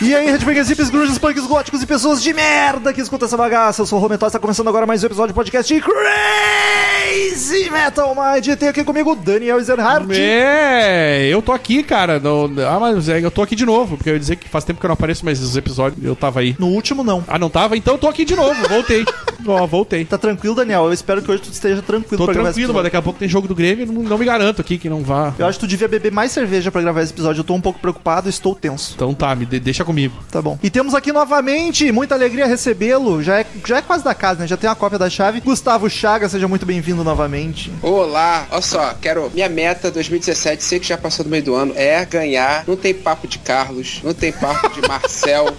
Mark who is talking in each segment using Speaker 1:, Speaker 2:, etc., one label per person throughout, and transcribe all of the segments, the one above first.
Speaker 1: E aí, Redbangers, hippies, grunges, punks, góticos e pessoas de merda que escutam essa bagaça. Eu sou o Romental, está começando agora mais um episódio do podcast Crazy Metal Mind. E tem aqui comigo o Daniel Eisenhardt.
Speaker 2: É, eu tô aqui, cara. Não- ah, mas é, eu tô aqui de novo, porque eu ia dizer que faz tempo que eu não apareço, mas os episódios eu tava aí.
Speaker 1: No último, não.
Speaker 2: Ah, não tava? Então eu tô aqui de novo, voltei. Ó, voltei.
Speaker 1: Tá tranquilo, Daniel? Eu espero que hoje tu esteja tranquilo
Speaker 2: Tô
Speaker 1: pra gravar esse
Speaker 2: tranquilo,
Speaker 1: episódio.
Speaker 2: mas daqui a pouco tem jogo do Grêmio, não, não me garanto aqui que não vá.
Speaker 1: Eu acho que tu devia beber mais cerveja pra gravar esse episódio. Eu tô um pouco preocupado, estou tenso.
Speaker 2: Então tá, me de- deixa comigo.
Speaker 1: Tá bom. E temos aqui novamente, muita alegria recebê-lo. Já é, já é quase da casa, né? Já tem uma cópia da chave. Gustavo Chaga, seja muito bem-vindo novamente.
Speaker 3: Olá, olha só, quero. Minha meta 2017, sei que já passou do meio do ano, é ganhar. Não tem papo de Carlos, não tem papo de Marcel.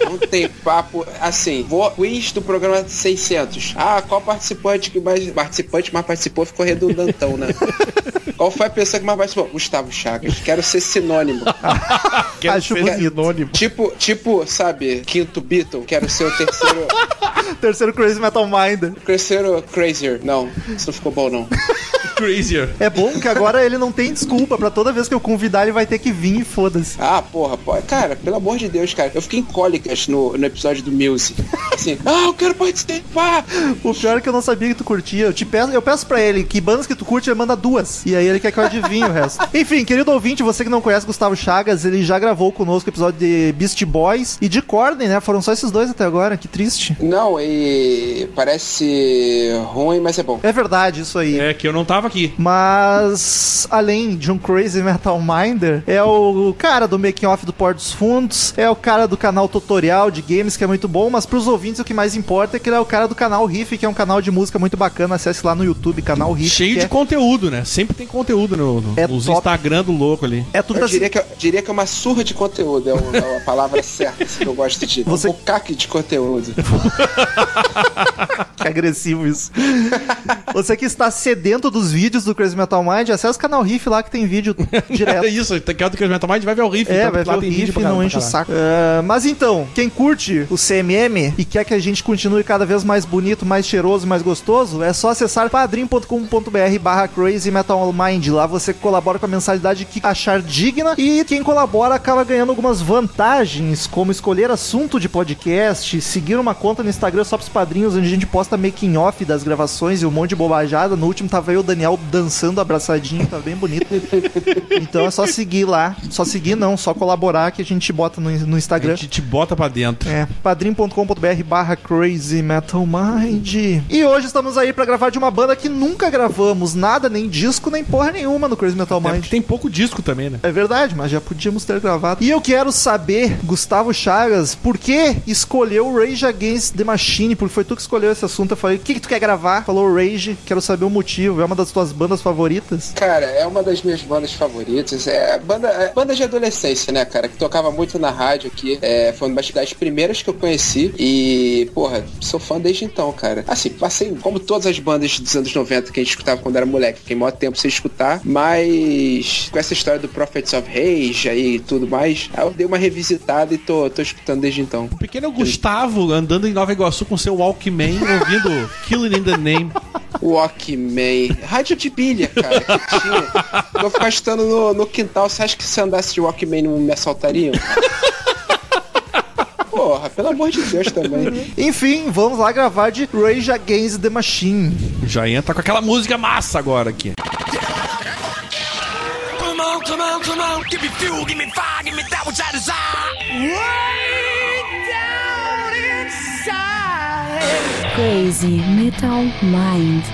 Speaker 3: Não tem papo, assim, vou quiz do programa 600. Ah, qual participante que mais participante mais participou ficou redundantão, né? Qual foi a pessoa que mais participou? Gustavo Chagas. Quero ser sinônimo.
Speaker 1: Acho bonito.
Speaker 2: sinônimo.
Speaker 3: Tipo, tipo, sabe, quinto Beatle, quero ser o terceiro,
Speaker 1: Terceiro Crazy Metal Mind.
Speaker 3: terceiro Crazier. Não, isso não ficou bom não.
Speaker 2: Crazier.
Speaker 1: É bom que agora ele não tem desculpa pra toda vez que eu convidar ele vai ter que vir e foda-se.
Speaker 3: Ah, porra, pô. Cara, pelo amor de Deus, cara. Eu fiquei em cólicas no, no episódio do Muse. Assim, ah, eu quero participar.
Speaker 1: O pior é que eu não sabia que tu curtia. Eu te peço, eu peço para ele que bandas que tu curte, ele manda duas. E aí ele quer que eu adivinhe o resto. Enfim, querido ouvinte, você que não conhece Gustavo Chagas, ele já gravou conosco o episódio de Beast Boys e de Corden, né? Foram só esses dois até agora, que triste.
Speaker 3: Não, e parece ruim, mas é bom.
Speaker 1: É verdade isso aí.
Speaker 2: É que eu não tava aqui.
Speaker 1: Mas, além de um Crazy Metal Minder, é o cara do Making Off do Por dos Fundos, é o cara do canal Tutorial de Games, que é muito bom, mas pros ouvintes o que mais importa é que ele é o cara do canal Riff, que é um canal de música muito bacana, acesse lá no YouTube, canal Riff.
Speaker 2: Cheio
Speaker 1: que
Speaker 2: de
Speaker 1: é-
Speaker 2: conteúdo, né? Sempre tem conteúdo no, no-
Speaker 1: É
Speaker 2: nos
Speaker 1: top.
Speaker 2: Instagram do louco ali.
Speaker 1: É tudo
Speaker 3: Eu
Speaker 1: das...
Speaker 3: diria que, eu diria que é uma surra de conteúdo, é uma, é uma palavra certa assim, que eu gosto de.
Speaker 1: Você-
Speaker 3: Um bucaque de conteúdo.
Speaker 1: que é agressivo isso. Você que está sedento dos vídeos do Crazy Metal Mind, acessa o canal Riff lá que tem vídeo
Speaker 2: É
Speaker 1: direto.
Speaker 2: isso, quer do que eu mais, vai ver o riff.
Speaker 1: É,
Speaker 2: então,
Speaker 1: vai
Speaker 2: lá
Speaker 1: ver o
Speaker 2: tem vídeo
Speaker 1: riff
Speaker 2: pra
Speaker 1: e
Speaker 2: caramba,
Speaker 1: não
Speaker 2: pra
Speaker 1: enche o
Speaker 2: caralho.
Speaker 1: saco. Ah, mas então, quem curte o CMM e quer que a gente continue cada vez mais bonito, mais cheiroso, mais gostoso, é só acessar padrim.com.br barra Crazy Metal Mind. Lá você colabora com a mensalidade que achar digna e quem colabora acaba ganhando algumas vantagens, como escolher assunto de podcast, seguir uma conta no Instagram só pros padrinhos, onde a gente posta making off das gravações e um monte de bobajada. No último tava eu e o Daniel dançando abraçadinho, tá bem bonito. Então é só seguir lá. Só seguir não, só colaborar que a gente bota no, no
Speaker 2: A
Speaker 1: Instagram.
Speaker 2: gente te bota pra dentro.
Speaker 1: né? É, padrim.com.br barra Crazy Metal Mind. E hoje estamos aí pra gravar de uma banda que nunca gravamos nada, nem disco, nem porra nenhuma no Crazy Metal
Speaker 2: Até
Speaker 1: Mind.
Speaker 2: É, porque tem pouco disco também, né?
Speaker 1: É verdade, mas já podíamos ter gravado. E eu quero saber, Gustavo Chagas, por que escolheu Rage Against the Machine? Porque foi tu que escolheu esse assunto. Eu falei, o que, que tu quer gravar? Falou Rage, quero saber o motivo. É uma das tuas bandas favoritas?
Speaker 3: Cara, é uma das minhas bandas favoritas. É banda, é banda de adolescência, né, cara? Que tocava muito na rádio aqui. É, foi uma das primeiras que eu conheci. E, porra, sou fã desde então, cara. Assim, passei como todas as bandas dos anos 90 que a gente escutava quando era moleque. Fiquei maior tempo sem escutar. Mas com essa história do Prophets of Rage aí e tudo mais, aí eu dei uma revisitada e tô, tô escutando desde então.
Speaker 2: O pequeno Gustavo andando em Nova Iguaçu com seu Walkman, ouvindo Killing in the Name.
Speaker 3: Walkman. Rádio de bilha, cara. Que tinha. Eu ficar estando no, no quintal. Você acha que se andasse de Walkman não me assaltariam? Porra, pelo amor de Deus também.
Speaker 1: Enfim, vamos lá gravar de Rage Against the Machine.
Speaker 2: Já entra tá com aquela música massa agora aqui.
Speaker 4: Come on, come on, come on. Give me fuel, give me fire, give me that which I desire. Way down inside.
Speaker 5: Crazy Metal Mind.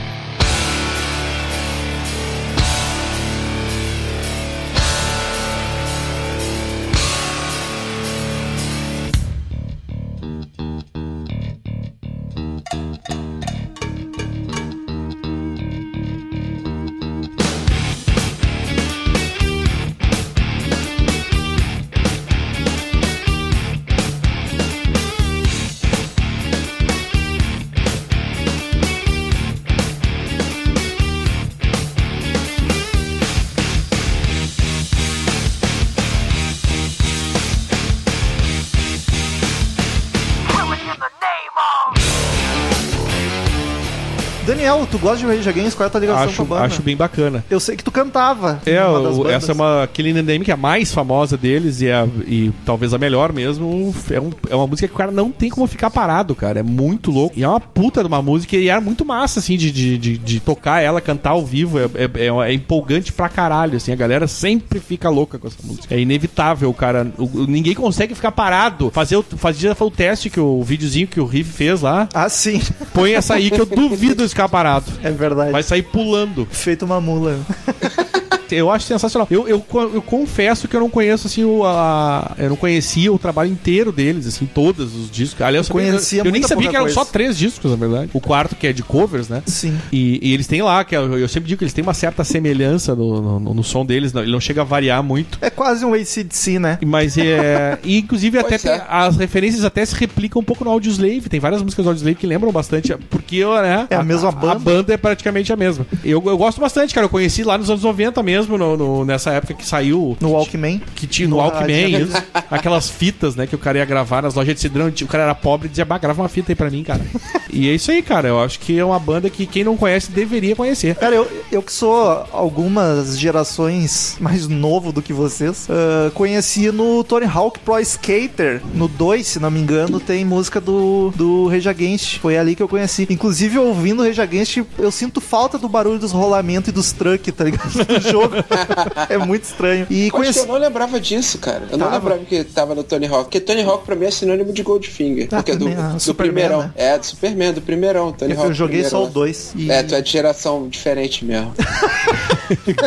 Speaker 1: Daniel, tu gosta de Rage Against? Qual é a tua ligação com a
Speaker 2: Acho,
Speaker 1: banda?
Speaker 2: acho bem bacana.
Speaker 1: Eu sei que tu cantava.
Speaker 2: É,
Speaker 1: numa das
Speaker 2: o-
Speaker 1: bandas.
Speaker 2: essa é uma. Killing in the Name, que é a mais famosa deles e, é a- e talvez a melhor mesmo. É, um- é uma música que o cara não tem como ficar parado, cara. É muito louco. E é uma puta de uma música e era muito massa, assim, de, de, de- de tocar ela, cantar ao vivo. É, é- é- é empolgante pra caralho, assim. A galera sempre fica louca com essa música. É inevitável, cara. O- o- ninguém consegue ficar parado. Fazer o, fazia o teste que o, o videozinho que o Riff fez lá.
Speaker 1: Ah, sim.
Speaker 2: Põe essa aí que eu duvido de ficar parado.
Speaker 1: É verdade.
Speaker 2: Vai sair pulando.
Speaker 1: Feito uma mula.
Speaker 2: Eu acho sensacional. Eu, eu, co- eu confesso que eu não conheço, assim, o, a, eu não conhecia o trabalho inteiro deles, assim, todos os discos. Aliás, eu, sabia-
Speaker 1: Conhecia
Speaker 2: eu, eu nem
Speaker 1: muita
Speaker 2: sabia
Speaker 1: pouca
Speaker 2: que eram só
Speaker 1: coisa.
Speaker 2: três discos, na verdade. O quarto, que é de covers, né?
Speaker 1: Sim.
Speaker 2: E, e eles têm lá, que é, eu, eu sempre digo que eles têm uma certa semelhança no, no- no som deles, não- ele não chega a variar muito.
Speaker 1: É quase um ACDC, né?
Speaker 2: Mas é. E inclusive até
Speaker 3: Pois é.
Speaker 2: tem- as referências até se replicam um pouco no Audioslave. Tem várias músicas do Audioslave que lembram bastante, porque né,
Speaker 1: É a mesma
Speaker 2: A
Speaker 1: banda.
Speaker 2: banda é praticamente a mesma. Eu, eu gosto bastante, cara. Eu conheci lá nos anos 90 mesmo, no- no- nessa época que saiu.
Speaker 1: No Walkman.
Speaker 2: Que tinha no
Speaker 1: No
Speaker 2: Walkman,
Speaker 1: rádio.
Speaker 2: isso. aquelas fitas, né? Que o cara ia gravar nas lojas de cidrão. O cara era pobre e dizia, bah, grava uma fita aí pra mim, cara. e é isso aí, cara. Eu acho que é uma banda que quem não conhece deveria conhecer.
Speaker 1: Cara, eu, eu que sou algumas gerações mais novo do que vocês, ah, conheci no Tony Hawk Pro Skater, no 2, se não me engano, tem música do, do Rage Against. Foi ali que eu conheci. Inclusive, ouvindo o Rage Against, eu sinto falta do barulho dos rolamentos e dos truck, tá ligado? Do jogo. é muito estranho. E
Speaker 3: Eu Acho que eu
Speaker 1: conheci...
Speaker 3: não lembrava disso, cara. Eu não
Speaker 1: Tava.
Speaker 3: lembrava que tava no Tony Hawk. Porque Tony Hawk pra mim é sinônimo de Goldfinger.
Speaker 1: Ah,
Speaker 3: porque é do,
Speaker 1: também, ah,
Speaker 3: do
Speaker 1: Superman,
Speaker 3: primeirão.
Speaker 1: né?
Speaker 3: É, do Superman, do primeirão. Tony Hawk
Speaker 1: Eu joguei só o
Speaker 3: primeiro,
Speaker 1: 2. E...
Speaker 3: né? É, tu é de geração diferente mesmo.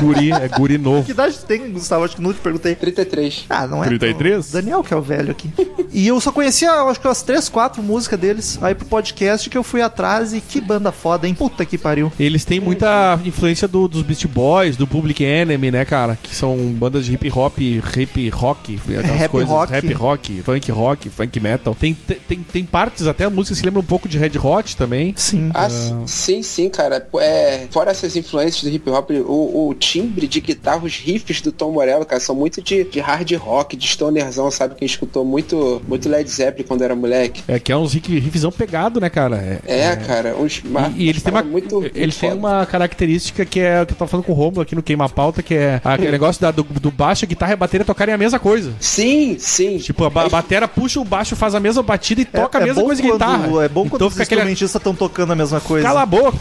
Speaker 2: guri, é guri novo.
Speaker 1: Que idade tu tem, Gustavo? Acho que nunca te perguntei.
Speaker 3: 33.
Speaker 1: Ah, não é.
Speaker 2: 33?
Speaker 1: O Daniel que é o velho aqui. e eu só conhecia, eu acho que umas 3, 4 músicas deles. Aí pro podcast que eu fui atrás e que banda foda, hein? Puta que pariu.
Speaker 2: Eles têm muita influência do- dos Beast Boys, do Public Enemy, né, cara? Que são bandas de hip hop, hip rock, aquelas
Speaker 1: Rap
Speaker 2: coisas.
Speaker 1: rock.
Speaker 2: Rap rock, funk rock, funk metal. Tem, tem, tem partes até, músicas que lembram um pouco de Red Hot também.
Speaker 1: Sim.
Speaker 3: Ah, s- sim, sim, cara. Pô, É, fora essas influências do hip hop, o, o timbre de guitarra, os riffs do Tom Morello, cara, são muito de, de hard rock, de stonerzão, sabe? Quem escutou muito, muito Led Zeppelin quando era moleque.
Speaker 2: É que é uns riff- riffzão pegado, né, cara? É-
Speaker 3: É, cara, uns ma-
Speaker 2: E, e eles têm uma,
Speaker 1: É
Speaker 3: cara, muito
Speaker 2: eles têm
Speaker 3: foda.
Speaker 2: uma característica que é o que eu tava falando com o Romulo aqui no Queima Pauta, que é a- aquele negócio da- do, do baixo, a guitarra e a bateria tocarem a mesma coisa.
Speaker 3: Sim, sim.
Speaker 2: Tipo, a, ba a batera puxa o baixo, faz a mesma batida e
Speaker 1: É-
Speaker 2: toca a
Speaker 1: é
Speaker 2: mesma
Speaker 1: bom
Speaker 2: coisa que a
Speaker 1: quando-
Speaker 2: guitarra.
Speaker 1: É bom quando
Speaker 2: então
Speaker 1: os
Speaker 2: fica aquele.
Speaker 1: instrumentistas estão tocando a mesma coisa.
Speaker 2: Cala a boca.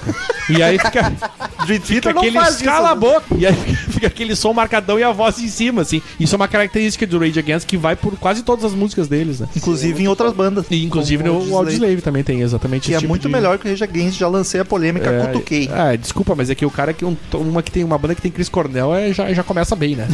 Speaker 2: E aí fica,
Speaker 1: Dream
Speaker 2: fica
Speaker 1: Theater é. não
Speaker 2: aquele.
Speaker 1: faz isso. né?
Speaker 2: Cala a boca. E aí fica aquele som marcadão e a voz em cima, assim. Isso é uma característica do Rage Against que vai por quase todas as músicas deles, né?
Speaker 1: Inclusive em outras bandas.
Speaker 2: E inclusive
Speaker 1: Como
Speaker 2: no Audioslave também tem exatamente
Speaker 1: Que é
Speaker 2: esse tipo
Speaker 1: muito
Speaker 2: de-
Speaker 1: melhor que o Rage Against. Já lancei a polêmica,
Speaker 2: É,
Speaker 1: cutuquei.
Speaker 2: Ah, desculpa, mas é que o cara que um- uma que tem uma banda que tem Chris Cornell é, já, já começa bem, né?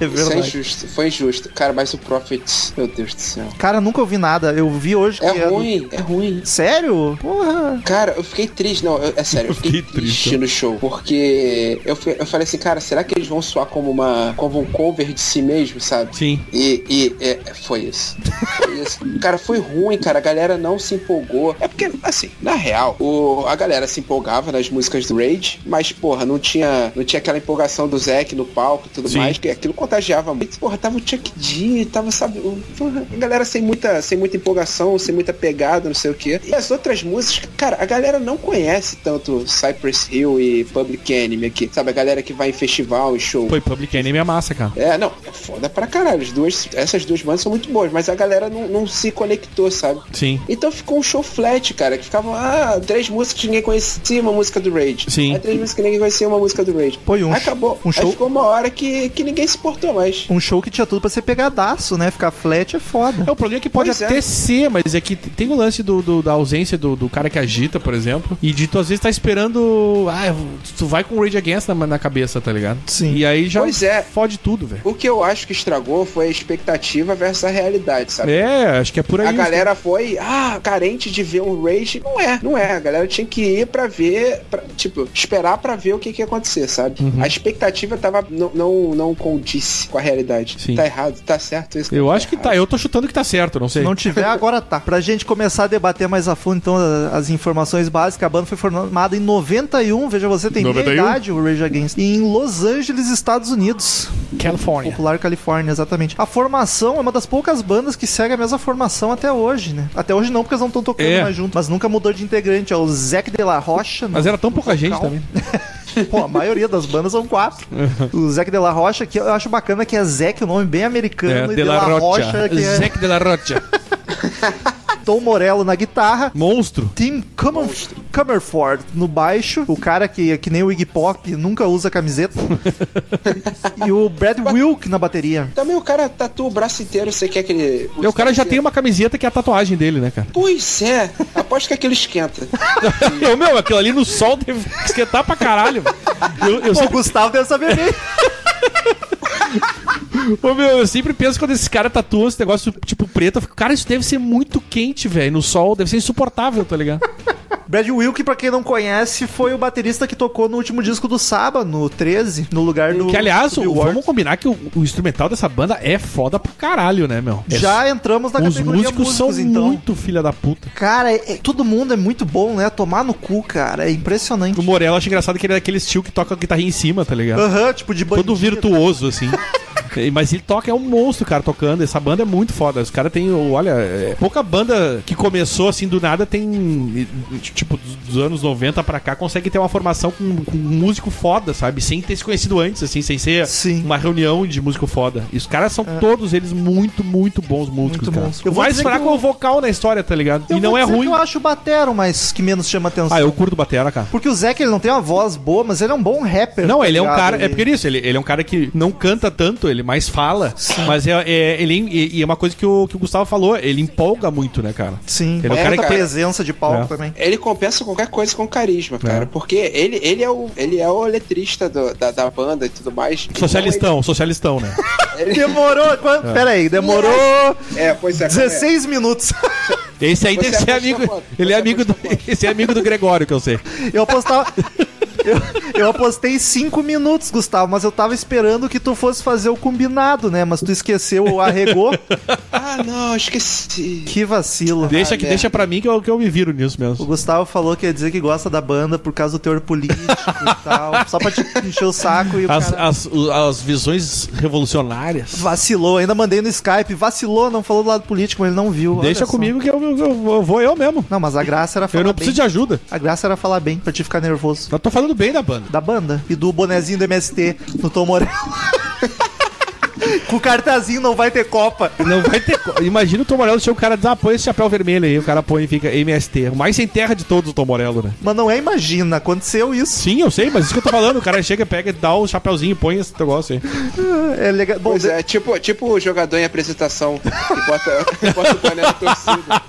Speaker 1: É
Speaker 3: Isso é
Speaker 1: verdade.
Speaker 3: injusto, foi injusto. Cara, mas o Prophets, meu Deus do céu.
Speaker 1: Cara, nunca ouvi nada. Eu vi hoje que
Speaker 2: né?
Speaker 3: É ruim, é ruim.
Speaker 1: Sério? Porra.
Speaker 3: Cara, eu fiquei triste, não, eu- é sério, eu fiquei,
Speaker 2: fiquei triste,
Speaker 3: triste, então. no show. Porque eu, fui- eu falei assim, cara, será que eles vão soar como uma. como um cover de si mesmo, sabe?
Speaker 2: Sim.
Speaker 3: E, e é, foi isso. Foi isso. Cara, foi ruim, cara. A galera não se empolgou. É porque, assim, na real, o, a galera se empolgava nas músicas do Rage, mas, porra, não tinha, não tinha aquela empolgação do Zack no palco e tudo
Speaker 2: Sim.
Speaker 3: mais, que aquilo contagiava muito. Porra, tava o Chuck D, tava, sabe, o- porra, a galera sem muita, sem muita empolgação, sem muita pegada, não sei o quê. E as outras músicas, cara, a galera não conhece tanto Cypress Hill e Public Enemy aqui. Sabe, a galera que vai em festival, em show.
Speaker 2: Foi Public Enemy é massa, cara.
Speaker 3: É, não, é foda pra caralho. As duas, essas duas bandas são muito boas, mas a galera não, não se conectou, sabe?
Speaker 2: Sim.
Speaker 3: Então ficou um show flat, cara, que ficava, ah, três músicas que ninguém conhecia, uma música do Rage.
Speaker 2: Sim.
Speaker 3: Aí três músicas que ninguém conhecia, uma música do Rage.
Speaker 1: Pô, e um
Speaker 3: Aí
Speaker 1: sh-
Speaker 3: Acabou.
Speaker 1: um show-
Speaker 3: Aí ficou uma hora que, que ninguém se portou mais.
Speaker 1: Um show que tinha tudo pra ser pegadaço, né? Ficar flat é foda.
Speaker 2: É, o problema é que pode
Speaker 3: Pois é.
Speaker 2: até ser, mas é que tem o lance do, do- da ausência do, do cara que agita, por exemplo. E de tu às vezes tá esperando. Ah, eu- tu vai com o Rage Against na, na cabeça, tá ligado?
Speaker 1: Sim.
Speaker 2: E aí já
Speaker 3: Pois é.
Speaker 2: fode tudo, velho.
Speaker 3: O que eu acho que estragou foi a expectativa versus a realidade, sabe?
Speaker 2: É, acho que é por aí.
Speaker 3: A galera foi, ah, carente de ver um Rage. Não é, não é. A galera tinha que ir pra ver, pra- tipo, esperar pra ver o que, que ia acontecer, sabe?
Speaker 2: Uhum.
Speaker 3: A expectativa tava, não, não, não condiz com a realidade.
Speaker 2: Sim.
Speaker 3: Tá errado, tá certo isso.
Speaker 2: Eu acho que tá.
Speaker 3: errado.
Speaker 2: Eu tô chutando que tá certo, não sei.
Speaker 1: não tiver, agora tá. Pra gente começar a debater mais a fundo, então, a- as informações básicas, a banda foi formada em 91, veja você, tem
Speaker 2: 91?
Speaker 1: meia idade, o Rage Against, em Los Angeles, Estados Unidos.
Speaker 2: California.
Speaker 1: Popular Califórnia, exatamente. A formação é uma das poucas bandas que segue a mesma formação até hoje, né? Até hoje não, porque eles não estão tocando
Speaker 2: É.
Speaker 1: mais junto. Mas nunca mudou de integrante. É o Zac de la Rocha.
Speaker 2: Mas
Speaker 1: no-
Speaker 2: era tão pouca
Speaker 1: no
Speaker 2: gente
Speaker 1: vocal.
Speaker 2: também.
Speaker 1: Pô, a maioria das bandas são quatro. o Zac de la Rocha, que eu acho bacana que é Zac, o nome bem
Speaker 2: É,
Speaker 1: americano. e É, de la Rocha, que é
Speaker 2: Zac de la Rocha.
Speaker 1: Tom Morello na guitarra.
Speaker 2: Monstro.
Speaker 1: Tim Comer- Comerford no baixo, o cara que, que nem o Iggy Pop nunca usa camiseta. e o Brad Wilk na bateria.
Speaker 3: Também o cara tatua o braço inteiro, você quer que ele.
Speaker 2: E É o cara já tem uma camiseta que é a tatuagem dele, né, cara?
Speaker 3: Pois é, aposto que aquilo esquenta.
Speaker 2: Ô, meu, aquilo ali no sol deve esquentar pra caralho. velho. Eu, eu
Speaker 1: Pô, o
Speaker 2: sempre,
Speaker 1: Gustavo deve saber bem.
Speaker 2: ô, meu, eu sempre penso quando esses caras tatuam esse negócio tipo preto, eu fico, cara, isso deve ser muito quente, velho. No sol deve ser insuportável, tá ligado?
Speaker 1: Brad Wilk, pra quem não conhece, foi o baterista que tocou no último disco do Saba, no 13, no lugar do.
Speaker 2: Que, aliás,
Speaker 1: do
Speaker 2: o-
Speaker 1: Bill Ward.
Speaker 2: vamos combinar que o, o instrumental dessa banda é foda pra caralho, né, meu? É
Speaker 1: Já entramos na
Speaker 2: Os
Speaker 1: categoria
Speaker 2: músicos, são
Speaker 1: então.
Speaker 2: muito filha da puta.
Speaker 1: Cara, é- é- todo mundo é muito bom, né? Tomar no cu, cara. É impressionante.
Speaker 2: O Morello acho engraçado que ele é daquele estilo que toca a guitarra em cima, tá ligado?
Speaker 1: Aham, tipo de bandido.
Speaker 2: Todo virtuoso, assim. E- Mas ele toca, é um monstro, cara, tocando. Essa banda é muito foda. Os caras tem, olha, é, pouca banda que começou assim do nada tem, e, tipo, dos dos anos 90 pra cá, consegue ter uma formação com, com um músico foda, sabe? Sem ter se conhecido antes, assim, sem ser
Speaker 1: Sim. É.
Speaker 2: uma reunião de músico foda. E os caras são todos eles muito, muito bons músicos,
Speaker 1: Muito
Speaker 2: cara.
Speaker 1: bons. Eu
Speaker 2: Eu
Speaker 1: vou
Speaker 2: vou mais
Speaker 1: dizer que
Speaker 2: fraco
Speaker 1: eu-
Speaker 2: é o vocal na história, tá ligado?
Speaker 1: Eu vou
Speaker 2: e não é
Speaker 1: dizer que
Speaker 2: ruim.
Speaker 1: Eu acho o Batero, mas que menos chama atenção.
Speaker 2: Ah, eu curto batera, cara.
Speaker 1: Porque o Zac, ele não tem uma voz boa, mas ele é um bom rapper.
Speaker 2: Não,
Speaker 1: tá
Speaker 2: ele é um
Speaker 1: ligado?
Speaker 2: cara. É porque isso, ele, ele é um cara que não canta tanto, ele mais fala. Mas é, é- ele, e, e é uma coisa que o, que o Gustavo falou, ele empolga muito, né, cara?
Speaker 1: Sim,
Speaker 2: Ele é um
Speaker 1: muita
Speaker 2: cara
Speaker 3: que-
Speaker 1: presença de palco
Speaker 2: É.
Speaker 1: também.
Speaker 3: Ele compensa qualquer coisa com carisma, cara. Porque ele, ele, é o, ele é o letrista do- da, da banda e tudo mais.
Speaker 2: Socialistão, socialistão, né?
Speaker 1: Demorou. quanto- Pera aí, É. demorou
Speaker 3: Então, ele- é, pois é. como é?
Speaker 1: 16 minutos.
Speaker 2: Esse aí
Speaker 3: Você
Speaker 2: deve ser
Speaker 3: apostou
Speaker 2: amigo.
Speaker 3: quanto?
Speaker 2: Ele é
Speaker 3: Você
Speaker 2: amigo do.
Speaker 3: apostou quanto?
Speaker 2: Esse é amigo do Gregório, que eu sei.
Speaker 1: Eu apostava. Eu, eu apostei 5 minutos, Gustavo, mas eu tava esperando que tu fosse fazer o combinado, né? Mas tu esqueceu o arregou.
Speaker 3: Ah, não, esqueci.
Speaker 1: Que vacilo.
Speaker 2: Deixa, que,
Speaker 3: merda.
Speaker 2: deixa pra mim que eu, que eu me viro nisso
Speaker 1: Ah, né? O
Speaker 2: mesmo.
Speaker 1: Gustavo falou que ia dizer que gosta da banda por causa do teor político e tal. Só pra te encher o saco e o
Speaker 2: As,
Speaker 1: cara
Speaker 2: as, o- as visões revolucionárias.
Speaker 1: vacilou. Ainda mandei no Skype, vacilou, não falou do lado político, mas ele não viu. Olha
Speaker 2: Deixa
Speaker 1: só.
Speaker 2: comigo que eu, eu- eu- eu vou eu mesmo.
Speaker 1: Não, mas a graça era falar
Speaker 2: Eu não
Speaker 1: bem.
Speaker 2: preciso de ajuda.
Speaker 1: A graça era falar bem, pra te ficar nervoso.
Speaker 2: Eu tô falando bem da banda.
Speaker 1: Da banda. E do bonezinho do MST no Tom Morello. Com o cartazinho não vai ter Copa.
Speaker 2: Não vai ter. co- Imagina o Tom Morello chega o cara diz, ah, põe esse chapéu vermelho aí. O cara põe e fica MST. O mais sem terra de todos o Tom Morello, né?
Speaker 1: Mas não é imagina, aconteceu isso.
Speaker 2: Sim, eu sei, mas isso que eu tô falando. O cara chega, pega, dá o chapéuzinho, põe esse negócio aí.
Speaker 1: É legal. Bom,
Speaker 3: Pois é, tipo, tipo o jogador em apresentação que bota, bota o boné na torcida.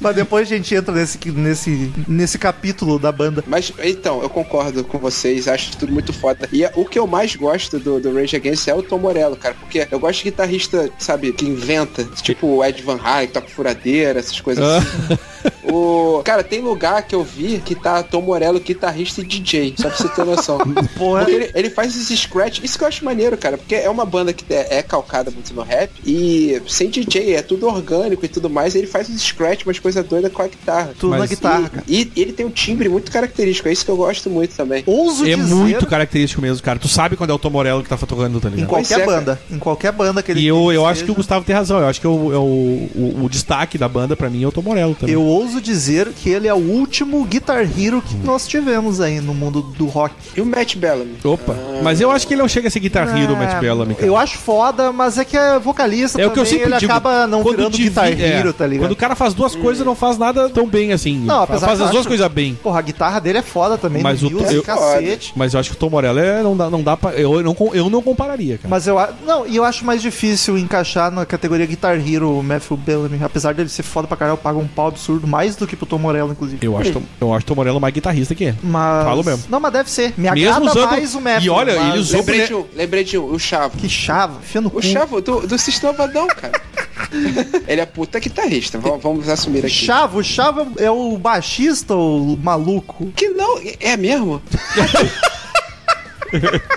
Speaker 1: mas depois a gente entra nesse, nesse, nesse capítulo da banda.
Speaker 3: Mas então, eu concordo com vocês, acho tudo muito foda. E é o que eu mais gosto do, do Rage Against é o Tom Morello, cara, porque eu gosto de guitarrista, sabe, que inventa, tipo o Ed Van Halen, que toca furadeira, essas coisas
Speaker 2: Ah.
Speaker 3: assim. O... Cara, tem lugar que eu vi que tá Tom Morello, guitarrista e DJ, só pra você ter noção.
Speaker 1: Porra.
Speaker 3: Porque ele, ele faz esses scratch, isso que eu acho maneiro, cara, porque é uma banda que é, é calcada muito no rap e sem DJ, é tudo orgânico e tudo mais, ele faz uns scratch, umas coisas doidas com a guitarra.
Speaker 1: Tudo na
Speaker 2: Mas-
Speaker 1: guitarra, cara.
Speaker 3: E ele tem um timbre muito característico, é isso que eu gosto muito também.
Speaker 1: Ouso
Speaker 2: É
Speaker 1: dizer
Speaker 2: muito característico mesmo, cara. Tu sabe quando é o Tom Morello que tá fotografando, tá
Speaker 1: em
Speaker 2: ligado?
Speaker 1: qualquer
Speaker 3: Pois é, cara.
Speaker 1: banda. Em qualquer banda que ele
Speaker 2: E eu, eu acho que
Speaker 1: seja.
Speaker 2: o Gustavo tem razão. Eu acho que é o, é o, o- o destaque da banda pra mim é o Tom Morello também.
Speaker 1: Eu ouso dizer que ele é o último Guitar Hero
Speaker 2: Hum.
Speaker 1: que nós tivemos aí no mundo do rock.
Speaker 3: E o Matt Bellamy?
Speaker 2: Opa. Mas eu acho que ele não chega a ser guitarrista, o Matt Bellamy, cara.
Speaker 1: É, Eu acho foda, mas é que é vocalista
Speaker 2: É o
Speaker 1: também,
Speaker 2: que eu sempre
Speaker 1: ele
Speaker 2: digo.
Speaker 1: acaba não
Speaker 2: quando
Speaker 1: virando
Speaker 2: te
Speaker 1: Guitar
Speaker 2: vi- é,
Speaker 1: Hero, tá ligado?
Speaker 2: Quando o cara faz duas coisas, não faz nada tão bem assim.
Speaker 1: Não,
Speaker 2: faz
Speaker 1: apesar
Speaker 2: faz
Speaker 1: que eu
Speaker 2: as duas
Speaker 1: acho-
Speaker 2: coisas bem.
Speaker 1: Porra, a guitarra dele é foda também,
Speaker 2: Mas
Speaker 1: no
Speaker 2: o-
Speaker 1: Muse,
Speaker 2: eu-
Speaker 1: cacete.
Speaker 2: Mas eu acho que o Tom Morello é, não dá, não dá pra. Eu não, com- eu não compararia, cara.
Speaker 1: Mas eu a- não, e eu acho mais difícil encaixar na categoria Guitar Hero o Matthew Bellamy, apesar dele ser foda pra caralho, paga um pau absurdo mais do que pro Tom Morello inclusive.
Speaker 2: Eu acho, Tom- eu acho Tom Morello mais guitarrista que é.
Speaker 1: Mas
Speaker 2: Falo mesmo.
Speaker 1: Não, mas deve ser. Me
Speaker 2: Mesmo
Speaker 1: agrada
Speaker 2: usando-
Speaker 1: mais o Matthew.
Speaker 2: E olha,
Speaker 1: mas- é
Speaker 2: ele usou- Sobre-
Speaker 3: Lembrei de um, lembrei de um, o Chavo.
Speaker 1: que chava, fia no
Speaker 3: O
Speaker 1: cu.
Speaker 3: Chavo do, do Sistema Vadão, cara. ele é puta guitarrista, v- vamos assumir aqui.
Speaker 1: Chavo, o Chavo é o baixista, o maluco.
Speaker 3: Que não, é mesmo?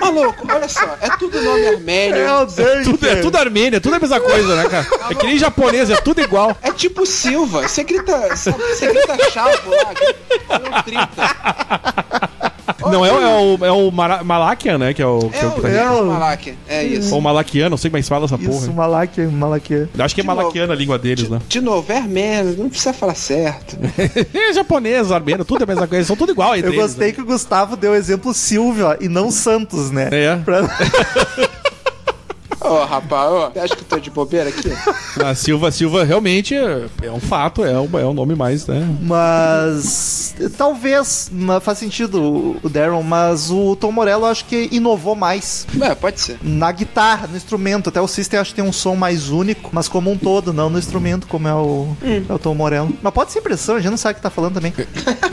Speaker 3: Maluco, olha só, é tudo nome armênio.
Speaker 1: Dante.
Speaker 2: Tudo, é tudo Armênia, tudo é a mesma coisa, né, cara? É que nem japonês, é tudo igual.
Speaker 3: É tipo Silva, um você grita, sabe, você grita chavo lá, grita 30.
Speaker 2: não, é, o- é o, é o Mara- Malakian, né? Que é o. Que é o,
Speaker 3: É,
Speaker 2: guitarrista.
Speaker 1: é o-
Speaker 3: o Malak, é isso.
Speaker 2: Ou Malakian, não sei como é que se fala essa
Speaker 1: Isso,
Speaker 2: porra.
Speaker 1: Malakia, Malakia.
Speaker 2: Eu Acho que é
Speaker 3: De novo.
Speaker 2: Malakiana a língua deles, né?
Speaker 3: De novo, é armênio, não precisa falar certo.
Speaker 2: É japonês, armeno, tudo é a mesma coisa, eles né? são tudo igual aí.
Speaker 1: Eu gostei que o Gustavo deu o exemplo Silvia e não Santos, né?
Speaker 2: É.
Speaker 1: Pra-
Speaker 3: Ô, rapaz, ô, você acha que eu tô de bobeira aqui?
Speaker 2: A Silva Silva realmente é é um fato, é o, é o nome mais, né?
Speaker 1: Mas talvez mas faz sentido o Darren, mas o Tom Morello eu acho que inovou mais
Speaker 3: É, pode ser.
Speaker 1: na guitarra, no instrumento. Até o System acho que tem um som mais único, mas como um todo, não no instrumento, como é o, é o Tom Morello. Mas pode ser impressão, a gente não sabe o que tá falando também.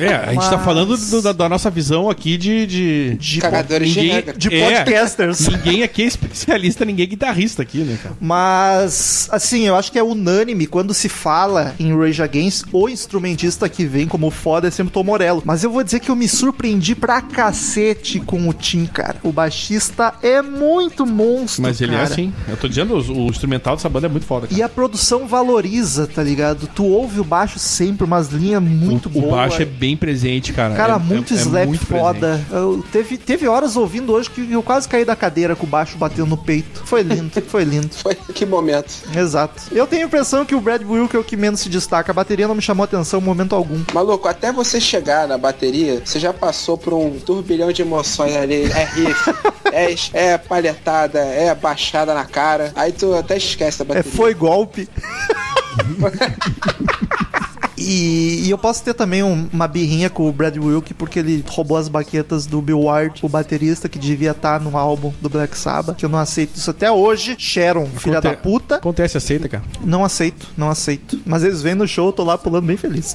Speaker 2: É, a gente tá
Speaker 1: Mas-
Speaker 2: falando do- da, da nossa visão aqui de. de, de
Speaker 3: Cagadores de
Speaker 2: ninguém-
Speaker 3: regra.
Speaker 1: De
Speaker 2: É.
Speaker 1: podcasters.
Speaker 2: Ninguém aqui é especialista, ninguém é guitarrista aqui, né, cara?
Speaker 1: Mas, assim, eu acho que é unânime quando se fala em Rage Against, o instrumentista que vem como foda é sempre o Tom Morello. Mas eu vou dizer que eu me surpreendi pra cacete com o Tim, cara. O baixista é muito monstro,
Speaker 2: Mas ele é
Speaker 1: cara.
Speaker 2: assim. Eu tô dizendo, o, o instrumental dessa banda é muito foda, cara.
Speaker 1: E a produção valoriza, tá ligado? Tu ouve o baixo sempre, umas linhas muito
Speaker 2: o,
Speaker 1: boas.
Speaker 2: o baixo é bem presente, cara.
Speaker 1: Cara,
Speaker 2: É-
Speaker 1: muito
Speaker 2: é- é
Speaker 1: slap
Speaker 2: muito presente.
Speaker 1: foda. Eu- teve, teve horas ouvindo hoje que eu quase caí da cadeira com o baixo batendo no peito. Foi lindo, foi lindo.
Speaker 3: Foi que momento.
Speaker 1: Exato. Eu tenho a impressão que o Brad Wilk é o que menos se destaca. A bateria não me chamou atenção em momento algum.
Speaker 3: Maluco, até você chegar na bateria, você já passou por um turbilhão de emoções ali. É riff, é, es- é palhetada, é baixada na cara. Aí tu até esquece da
Speaker 1: É,
Speaker 3: bateria.
Speaker 1: foi golpe. E, e eu posso ter também um- uma birrinha com o Brad Wilk, porque ele roubou as baquetas do Bill Ward, o baterista que devia estar no álbum do Black Sabbath, que eu não aceito isso até hoje. Sharon, filha da puta,
Speaker 2: Acontece, aceita, cara.
Speaker 1: não aceito, não aceito. Mas eles vêm no show, eu tô lá pulando bem feliz.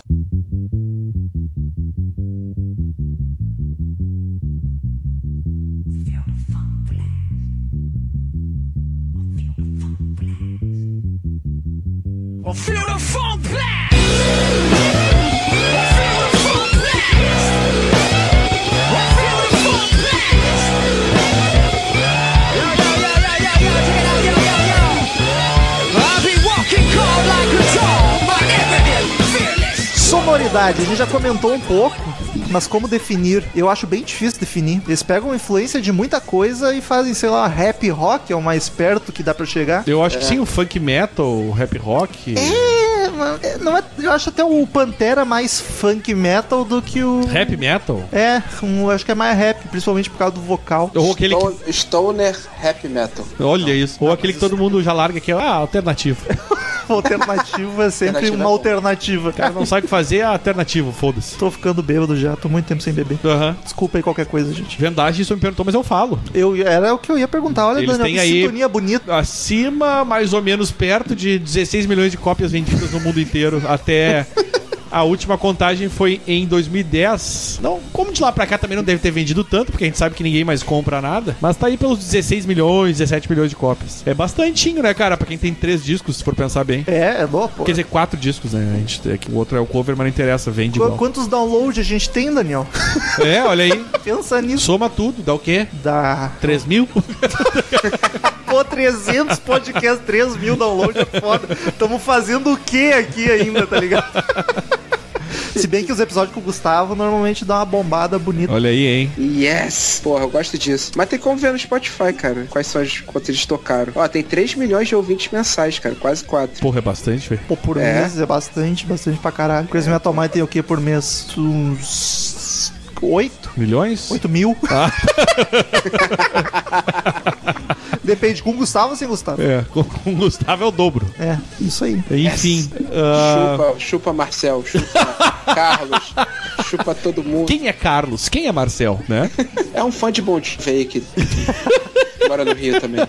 Speaker 4: Well, feel the funk blast. Feel the funk blast. Well, feel the funk blast. Yo, yo, yo, yo, yo, yo, check it out, yo, yo, yo. I'll be walking cold like a dog, my evident fearless.
Speaker 1: Sonoridade, a gente já comentou um pouco, mas como definir? Eu acho bem difícil definir. Eles pegam influência de muita coisa e fazem, sei lá, rap rock, é o mais perto que dá pra chegar.
Speaker 2: Eu acho que sim, o funk metal, o rap rock.
Speaker 1: É, mas é- não é- eu acho até o Pantera mais funk metal do que o.
Speaker 2: Rap metal?
Speaker 1: É, um- eu acho que é mais rap, principalmente por causa do vocal.
Speaker 2: Ou aquele que
Speaker 3: Stone- Stoner Rap Metal.
Speaker 2: Olha isso. Ou aquele que todo mundo já larga que é ah, alternativo. O
Speaker 1: Alternativa é sempre
Speaker 3: Alternativa é
Speaker 1: uma
Speaker 3: bom.
Speaker 1: alternativa.
Speaker 2: cara não sabe o que fazer, é alternativo, foda-se.
Speaker 1: Tô ficando bêbado já, tô muito tempo sem beber.
Speaker 2: Aham.
Speaker 1: Desculpa aí qualquer coisa, gente.
Speaker 2: Vendagem, isso me perguntou, mas eu falo.
Speaker 1: Eu, era o que eu ia perguntar. Olha,
Speaker 2: Eles
Speaker 1: Daniel,
Speaker 2: têm
Speaker 1: que
Speaker 2: aí-
Speaker 1: sintonia bonita.
Speaker 2: Acima, mais ou menos perto de 16 milhões de cópias vendidas no mundo inteiro até. A última contagem foi em 2010. Não, como de lá pra cá também não deve ter vendido tanto, porque a gente sabe que ninguém mais compra nada. Mas tá aí pelos 16 milhões, 17 milhões de cópias. É bastantinho, né, cara? Pra quem tem três discos, se for pensar bem.
Speaker 1: É, é boa, pô.
Speaker 2: Quer dizer, quatro discos, né? A gente, é que o outro é o cover, mas não interessa, vende
Speaker 1: Qu-
Speaker 2: igual.
Speaker 1: Quantos downloads a gente tem, Daniel?
Speaker 2: É, olha aí.
Speaker 1: Pensa nisso.
Speaker 2: Soma tudo, dá o quê?
Speaker 1: Da...
Speaker 2: 3 mil?
Speaker 1: Pô, 300 podcasts, 3 mil downloads é foda. Tamo fazendo o que aqui ainda, tá ligado? Se bem que os episódios com o Gustavo normalmente dá uma bombada bonita.
Speaker 2: Olha aí, hein?
Speaker 3: Yes! Porra, eu gosto disso. Mas tem como ver no Spotify, cara, quais são as quantas eles tocaram. Ó, tem 3 milhões de ouvintes mensais, cara, quase 4.
Speaker 2: Porra, é bastante, velho.
Speaker 1: Pô, por
Speaker 3: É.
Speaker 1: mês é bastante, bastante pra caralho. Crazy Metal Mind tem o que por mês? Uns. 8?
Speaker 2: Milhões?
Speaker 1: 8 mil? Depende, com o Gustavo ou sem o Gustavo?
Speaker 2: É, com com o Gustavo é o dobro.
Speaker 1: É, isso aí.
Speaker 2: Enfim. ah,
Speaker 3: Chupa, chupa Marcel, chupa Carlos, chupa todo mundo.
Speaker 2: Quem é Carlos? Quem é Marcel, né?
Speaker 3: É um fã de Bond Fake. Mora no Rio também.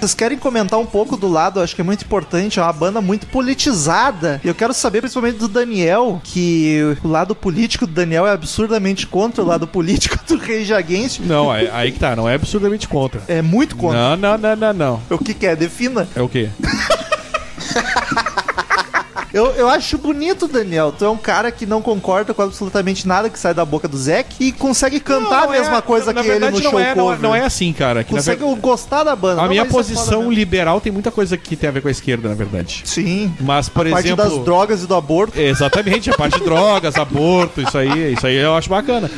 Speaker 1: Vocês querem comentar um pouco do lado, eu acho que é muito importante, é uma banda muito politizada. E eu quero saber, principalmente do Daniel, que o lado político do Daniel é absurdamente contra o lado político do Rage Against.
Speaker 2: Não, aí, aí que tá, não é absurdamente contra.
Speaker 1: É muito contra.
Speaker 2: Não, não, não, não, não.
Speaker 1: O que que é? Defina.
Speaker 2: É o quê?
Speaker 1: Eu, eu acho bonito, Daniel. Tu é um cara que não concorda com absolutamente nada que sai da boca do Zac e consegue cantar
Speaker 2: Não,
Speaker 1: a mesma
Speaker 2: é-
Speaker 1: coisa
Speaker 2: na
Speaker 1: que ele
Speaker 2: verdade,
Speaker 1: no show
Speaker 2: não é, não é-
Speaker 1: cover.
Speaker 2: Não é assim, cara. Que na
Speaker 1: Consegue
Speaker 2: ver-
Speaker 1: gostar da banda.
Speaker 2: A
Speaker 1: Não,
Speaker 2: minha
Speaker 1: mas isso é foda
Speaker 2: posição
Speaker 1: mesmo.
Speaker 2: liberal tem muita coisa que tem a ver com a esquerda, na verdade.
Speaker 1: Sim.
Speaker 2: Mas, por
Speaker 1: a parte
Speaker 2: exemplo...
Speaker 1: das drogas e do aborto.
Speaker 2: Exatamente, a parte de drogas, aborto, isso aí, isso aí eu acho bacana.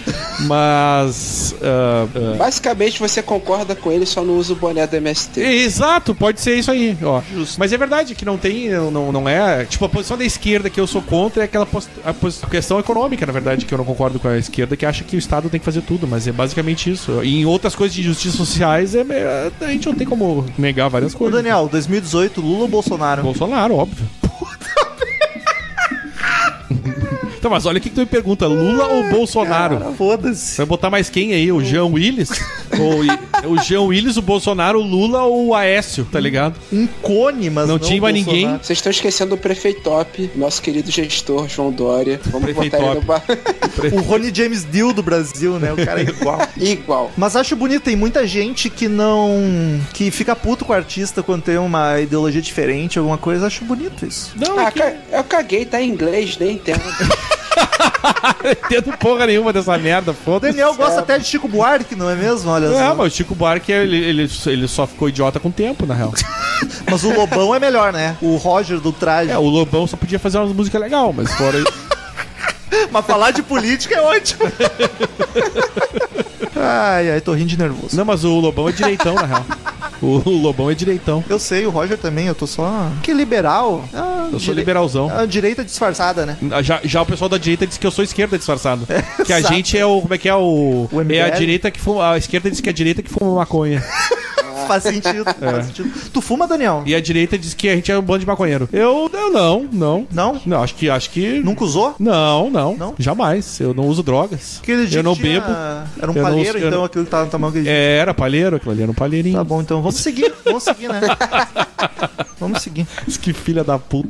Speaker 2: Mas. ah, ah,
Speaker 3: Basicamente você concorda com ele, só não usa o boné do MST.
Speaker 2: Exato, pode ser isso aí, ó. Mas é verdade que não tem, não, não é. Tipo, a posição da esquerda que eu sou contra é aquela pos- a pos- a questão econômica, na verdade, que eu não concordo com a esquerda, que acha que o Estado tem que fazer tudo, mas é basicamente isso. E em outras coisas de injustiças sociais, é, é- a gente não tem como negar várias
Speaker 1: Ô,
Speaker 2: coisas.
Speaker 1: Daniel, 2018, Lula ou Bolsonaro?
Speaker 2: Bolsonaro, óbvio. Então, mas olha o que, que tu me pergunta: Lula ou Bolsonaro?
Speaker 1: Foda-se.
Speaker 2: Vai botar mais quem aí? O Jean Willis? ou, i- o Jean Willis, o Bolsonaro, o Lula ou o Aécio, tá ligado?
Speaker 1: Um cone, mas
Speaker 2: Não
Speaker 1: não,
Speaker 2: tinha mais
Speaker 1: Bolsonaro.
Speaker 2: ninguém.
Speaker 3: Vocês estão esquecendo o prefeito Top, nosso querido gestor João Dória. Vamos
Speaker 2: Prefeito
Speaker 3: botar ele no bar.
Speaker 1: O Rony James Dio do Brasil, né? O cara é igual.
Speaker 3: Igual.
Speaker 1: Mas acho bonito, tem muita gente que não. que fica puto com o artista quando tem uma ideologia diferente, alguma coisa. Acho bonito isso.
Speaker 2: Não,
Speaker 3: Ah,
Speaker 2: aqui
Speaker 3: ca- eu caguei, tá em inglês, nem entendo.
Speaker 2: não entendo porra nenhuma dessa merda,
Speaker 1: O
Speaker 2: foda-se.
Speaker 1: Daniel gosta até de Chico Buarque, não é mesmo? Olha
Speaker 2: É,
Speaker 1: só.
Speaker 2: mas o Chico Buarque, ele, ele, ele só ficou idiota com o tempo, na real.
Speaker 1: Mas o Lobão é melhor, né? O Roger do traje.
Speaker 2: É, o Lobão só podia fazer umas músicas legais, mas fora isso.
Speaker 1: Mas falar de política é ótimo. ai, ai, tô rindo de nervoso.
Speaker 2: Não, mas o Lobão é direitão, na real. O, o Lobão é direitão.
Speaker 1: Eu sei, o Roger também, eu tô só. Que liberal. Ah,
Speaker 2: Eu sou
Speaker 1: dire-
Speaker 2: liberalzão.
Speaker 1: Ah, direita disfarçada, né?
Speaker 2: Já, já o pessoal da direita diz que eu sou esquerda disfarçado. que a
Speaker 1: exato.
Speaker 2: gente é o. Como é que é o.
Speaker 1: O
Speaker 2: é a
Speaker 1: MBL?
Speaker 2: direita que fuma. A esquerda diz que é a direita que fuma maconha.
Speaker 1: Faz sentido, faz sentido. Tu fuma, Daniel?
Speaker 2: É. E a direita diz que a gente é um bando de maconheiro. Eu, eu não, não.
Speaker 1: Não?
Speaker 2: Não, acho que. Acho que.
Speaker 1: Nunca usou?
Speaker 2: Não, não,
Speaker 1: Não?
Speaker 2: Jamais. Eu não uso drogas.
Speaker 1: Aquele dia
Speaker 2: eu não
Speaker 1: que tinha-
Speaker 2: bebo.
Speaker 1: Era um
Speaker 2: Eu não-
Speaker 1: palheiro,
Speaker 2: eu
Speaker 1: então,
Speaker 2: não-
Speaker 1: aquilo que tava na tua mão. Que...
Speaker 2: É, era palheiro, aquilo ali era um palheirinho.
Speaker 1: Tá bom, então vamos seguir, vamos seguir, né? vamos seguir.
Speaker 2: Que filha da puta.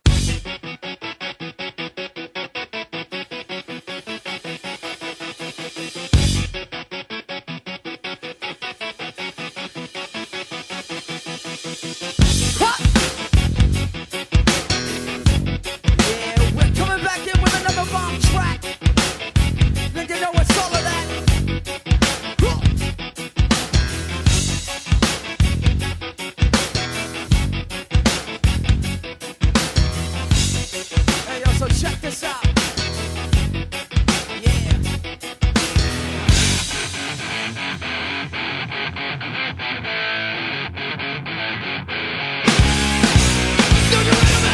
Speaker 4: Yeah, we're coming back in with another bomb track. Then you know it's all of that. Huh. Hey, yo, so check this out. Yeah. Don't you enemy!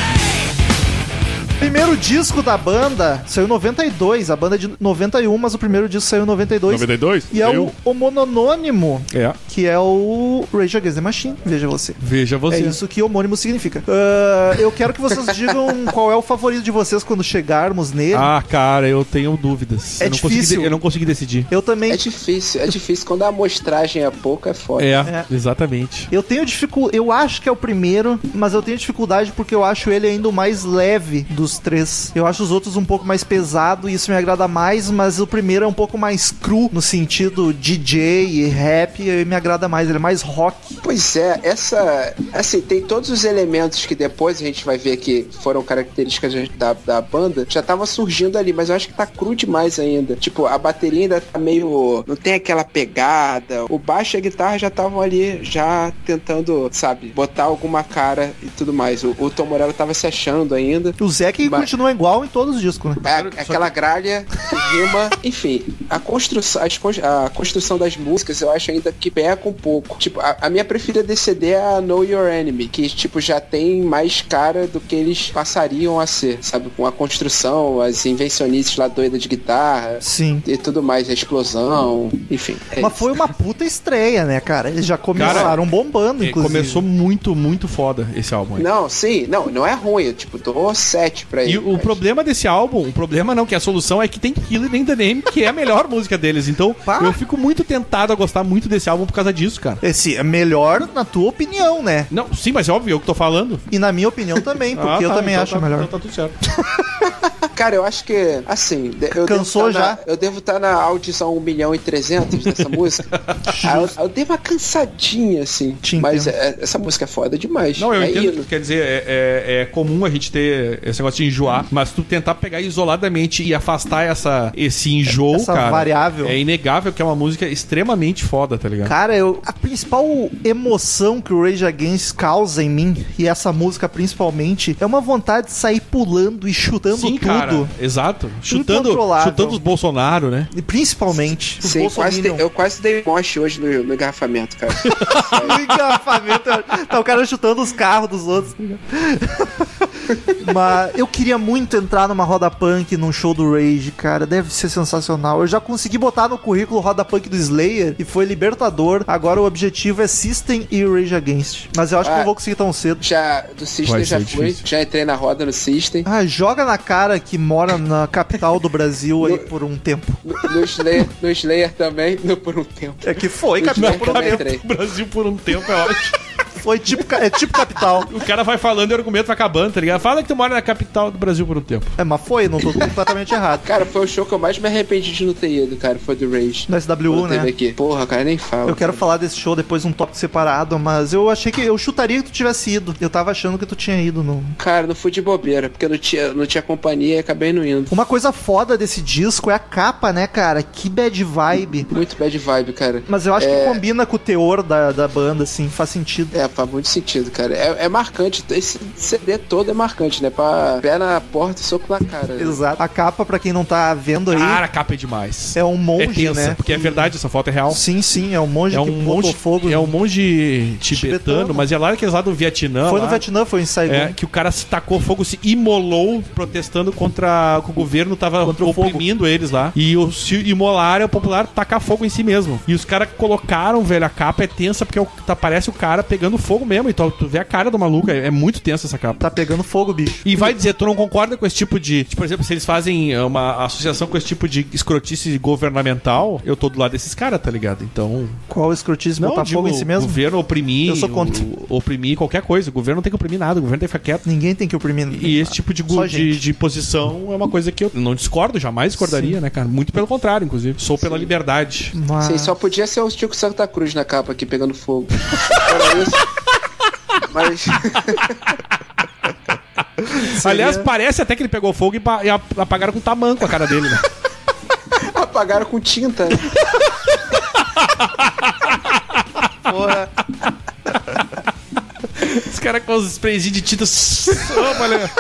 Speaker 1: Primeiro disco da banda saiu em 92, a banda é de 91, mas o primeiro disco saiu em 92.
Speaker 2: 92?
Speaker 1: E é o homononônimo,
Speaker 2: É.
Speaker 1: que é o Rage Against the Machine, veja você.
Speaker 2: Veja você.
Speaker 1: É isso que homônimo significa. Ah, eu quero que vocês digam qual é o favorito de vocês quando chegarmos nele.
Speaker 2: Ah, cara, eu tenho dúvidas.
Speaker 1: É
Speaker 2: eu não consegui
Speaker 1: difícil.
Speaker 2: de- eu não consegui decidir.
Speaker 1: Eu também
Speaker 3: É difícil, é difícil. Quando a amostragem é pouca, é foda.
Speaker 2: É,
Speaker 1: É.
Speaker 2: exatamente.
Speaker 1: Eu tenho dificuldade. Eu acho que é o primeiro, mas eu tenho dificuldade porque eu acho ele ainda o mais leve dos três. Eu acho os outros um pouco mais pesado e isso me agrada mais, mas o primeiro é um pouco mais cru no sentido DJ e rap, e me agrada mais. Ele é mais rock.
Speaker 3: Pois é, essa. Assim, tem todos os elementos que depois a gente vai ver que foram características da, da banda, já tava surgindo ali, mas eu acho que tá cru demais ainda. Tipo, a bateria ainda tá meio. Não tem aquela pegada. O baixo e a guitarra já estavam ali, já tentando, sabe, botar alguma cara e tudo mais. O, o Tom Morello tava se achando ainda.
Speaker 1: O Zack
Speaker 3: Mas-
Speaker 1: continua igual em todos os discos, né?
Speaker 3: É, aquela gralha, rima, enfim, a construção, as cons- a construção das músicas eu acho ainda que peca um pouco. Tipo, a, a minha preferida desse CD é a Know Your Enemy, que tipo já tem mais cara do que eles passariam a ser, sabe? Com a construção, as invencionices lá doidas de guitarra
Speaker 1: Sim.
Speaker 3: e tudo mais, a explosão, enfim. é
Speaker 1: Mas
Speaker 3: isso.
Speaker 1: foi uma puta estreia, né, cara? Eles já começaram bombando,
Speaker 2: E
Speaker 1: inclusive.
Speaker 2: É, Começou muito, muito foda esse álbum. aí.
Speaker 3: Não, sim, não, não é ruim, eu, tipo, dou 7 pra ele.
Speaker 2: E o
Speaker 3: mas-
Speaker 2: problema desse álbum, o problema não, que a solução é que tem Killer and the Name, que é a melhor música deles. Então,
Speaker 1: Pá.
Speaker 2: eu fico muito tentado a gostar muito desse álbum por causa disso, cara.
Speaker 1: Esse é melhor na tua opinião, né?
Speaker 2: Não, sim, mas é óbvio, eu que tô falando.
Speaker 1: E na minha opinião também, porque
Speaker 2: Ah,
Speaker 1: eu
Speaker 2: tá,
Speaker 1: também
Speaker 2: então
Speaker 1: acho
Speaker 2: tá-
Speaker 1: melhor.
Speaker 2: Então tá tudo certo.
Speaker 3: Cara, eu acho que, assim, de- eu
Speaker 1: Cansou
Speaker 3: devo tá na-
Speaker 1: já?
Speaker 3: eu devo estar na audição 1 milhão e 300 dessa música. Aí eu, eu dei uma cansadinha, assim.
Speaker 1: Te
Speaker 3: mas
Speaker 1: entendo.
Speaker 3: é- essa música é foda demais.
Speaker 2: Não, eu
Speaker 3: é
Speaker 2: entendo o que
Speaker 3: hino.
Speaker 2: tu quer dizer. É, é- é comum a gente ter esse negócio de enjoar, mas tu tentar pegar isoladamente e afastar essa, esse enjoo,
Speaker 1: Essa
Speaker 2: cara.
Speaker 1: variável.
Speaker 2: É inegável que é uma música extremamente foda, tá ligado?
Speaker 1: Cara, eu, a principal emoção que o Rage Against causa em mim, e essa música principalmente, é uma vontade de sair pulando e chutando tudo.
Speaker 2: Exato. Chutando,
Speaker 1: controlável.
Speaker 2: chutando os Bolsonaro, né?
Speaker 1: E principalmente os
Speaker 3: Sim, quase dei-
Speaker 1: bolsominion.
Speaker 3: eu quase dei moche hoje no, no engarrafamento, cara.
Speaker 1: O engarrafamento. Tá o cara chutando os carros dos outros. Mas eu queria muito entrar numa roda punk, num show do Rage, cara. Deve ser sensacional. Eu já consegui botar no currículo roda punk do Slayer e foi libertador. Agora o objetivo é System e Rage Against. Mas eu acho que
Speaker 3: Ah.
Speaker 1: eu não vou conseguir tão cedo.
Speaker 3: Já, do
Speaker 2: Vai
Speaker 3: System já
Speaker 2: ser
Speaker 3: fui,
Speaker 2: difícil.
Speaker 3: já entrei na roda no System.
Speaker 1: Ah, joga na cara que mora na capital do Brasil aí por um tempo.
Speaker 3: No, no Slayer, no Slayer também, no, por um tempo.
Speaker 1: É que foi,
Speaker 3: No
Speaker 1: capital
Speaker 3: Slayer
Speaker 1: por um
Speaker 3: também
Speaker 1: tempo.
Speaker 3: entrei.
Speaker 2: O Brasil por um tempo é ótimo.
Speaker 1: Foi tipo, ca- é tipo capital.
Speaker 2: O cara vai falando e o argumento vai acabando, tá ligado? Fala que tu mora na capital do Brasil por um tempo.
Speaker 1: É, mas foi, não tô completamente errado.
Speaker 3: Cara, foi o show que eu mais me arrependi de não ter ido, cara. Foi do Rage.
Speaker 1: No
Speaker 3: Quando
Speaker 1: SWU, né?
Speaker 3: teve aqui. Porra, cara, nem fala.
Speaker 1: Eu quero falar desse show depois num tópico separado, mas eu achei que eu chutaria que tu tivesse ido. Eu tava achando que tu tinha ido no.
Speaker 3: Cara, não fui de bobeira, porque eu não tinha, não tinha companhia e acabei não indo.
Speaker 1: Uma coisa foda desse disco é a capa, né, cara? Que bad vibe.
Speaker 3: Muito bad vibe, cara.
Speaker 1: Mas eu acho
Speaker 3: É.
Speaker 1: que combina com o teor da, da banda, assim, faz sentido.
Speaker 3: É, faz muito sentido, cara. É, é marcante. Esse CD todo é marcante, né? Pra pé na porta e soco na cara. né?
Speaker 1: Exato. A capa, pra quem não tá vendo aí,
Speaker 2: Cara, a capa é demais.
Speaker 1: é um monge,
Speaker 2: tensa,
Speaker 1: né?
Speaker 2: porque é verdade, essa foto é real.
Speaker 1: Sim, sim, é um monge
Speaker 2: É
Speaker 1: que
Speaker 2: um,
Speaker 1: botou
Speaker 2: monge,
Speaker 1: fogo.
Speaker 2: é um monge tibetano,
Speaker 1: Tibetano.
Speaker 2: mas é lá que é lá do Vietnã.
Speaker 1: Foi
Speaker 2: lá.
Speaker 1: no Vietnã, foi um ensaio.
Speaker 2: É, que o cara se tacou fogo, se imolou protestando contra que o governo tava oprimindo eles lá. E o se imolar é o popular tacar fogo em si mesmo. E os caras colocaram, velho, a capa é tensa porque o- tá- parece o cara pegando fogo mesmo. Então tu vê a cara do maluco, é, é muito tensa essa capa.
Speaker 1: Tá pegando fogo, bicho.
Speaker 2: E vai dizer, tu não concorda com esse tipo de. tipo, por exemplo, se eles fazem é, uma associação com esse tipo de escrotice governamental, eu tô do lado desses caras, tá ligado? Então.
Speaker 1: Qual escrotismo
Speaker 2: Não,
Speaker 1: botar
Speaker 2: digo,
Speaker 1: fogo em si mesmo?
Speaker 2: O governo oprimir.
Speaker 1: Eu sou contra.
Speaker 2: o- oprimir qualquer coisa. O governo não tem que oprimir nada, o governo tem que ficar quieto.
Speaker 1: Ninguém tem que oprimir.
Speaker 2: E esse tipo de, gu-
Speaker 1: Só
Speaker 2: de,
Speaker 1: gente.
Speaker 2: de posição é uma coisa que eu não discordo, jamais discordaria, né, cara? Muito pelo contrário, inclusive. Sou pela liberdade.
Speaker 1: Mas-
Speaker 3: Sim, só podia ser o Chico Santa Cruz na capa aqui pegando fogo. Fora isso. Mas.
Speaker 2: Aliás, parece até que ele pegou fogo e, pa- e a- apagaram com tamanco a cara dele, né?
Speaker 3: Apagaram com tinta. né?
Speaker 1: Porra.
Speaker 2: Os caras com os sprayzinhos de tinta. Opa, olha.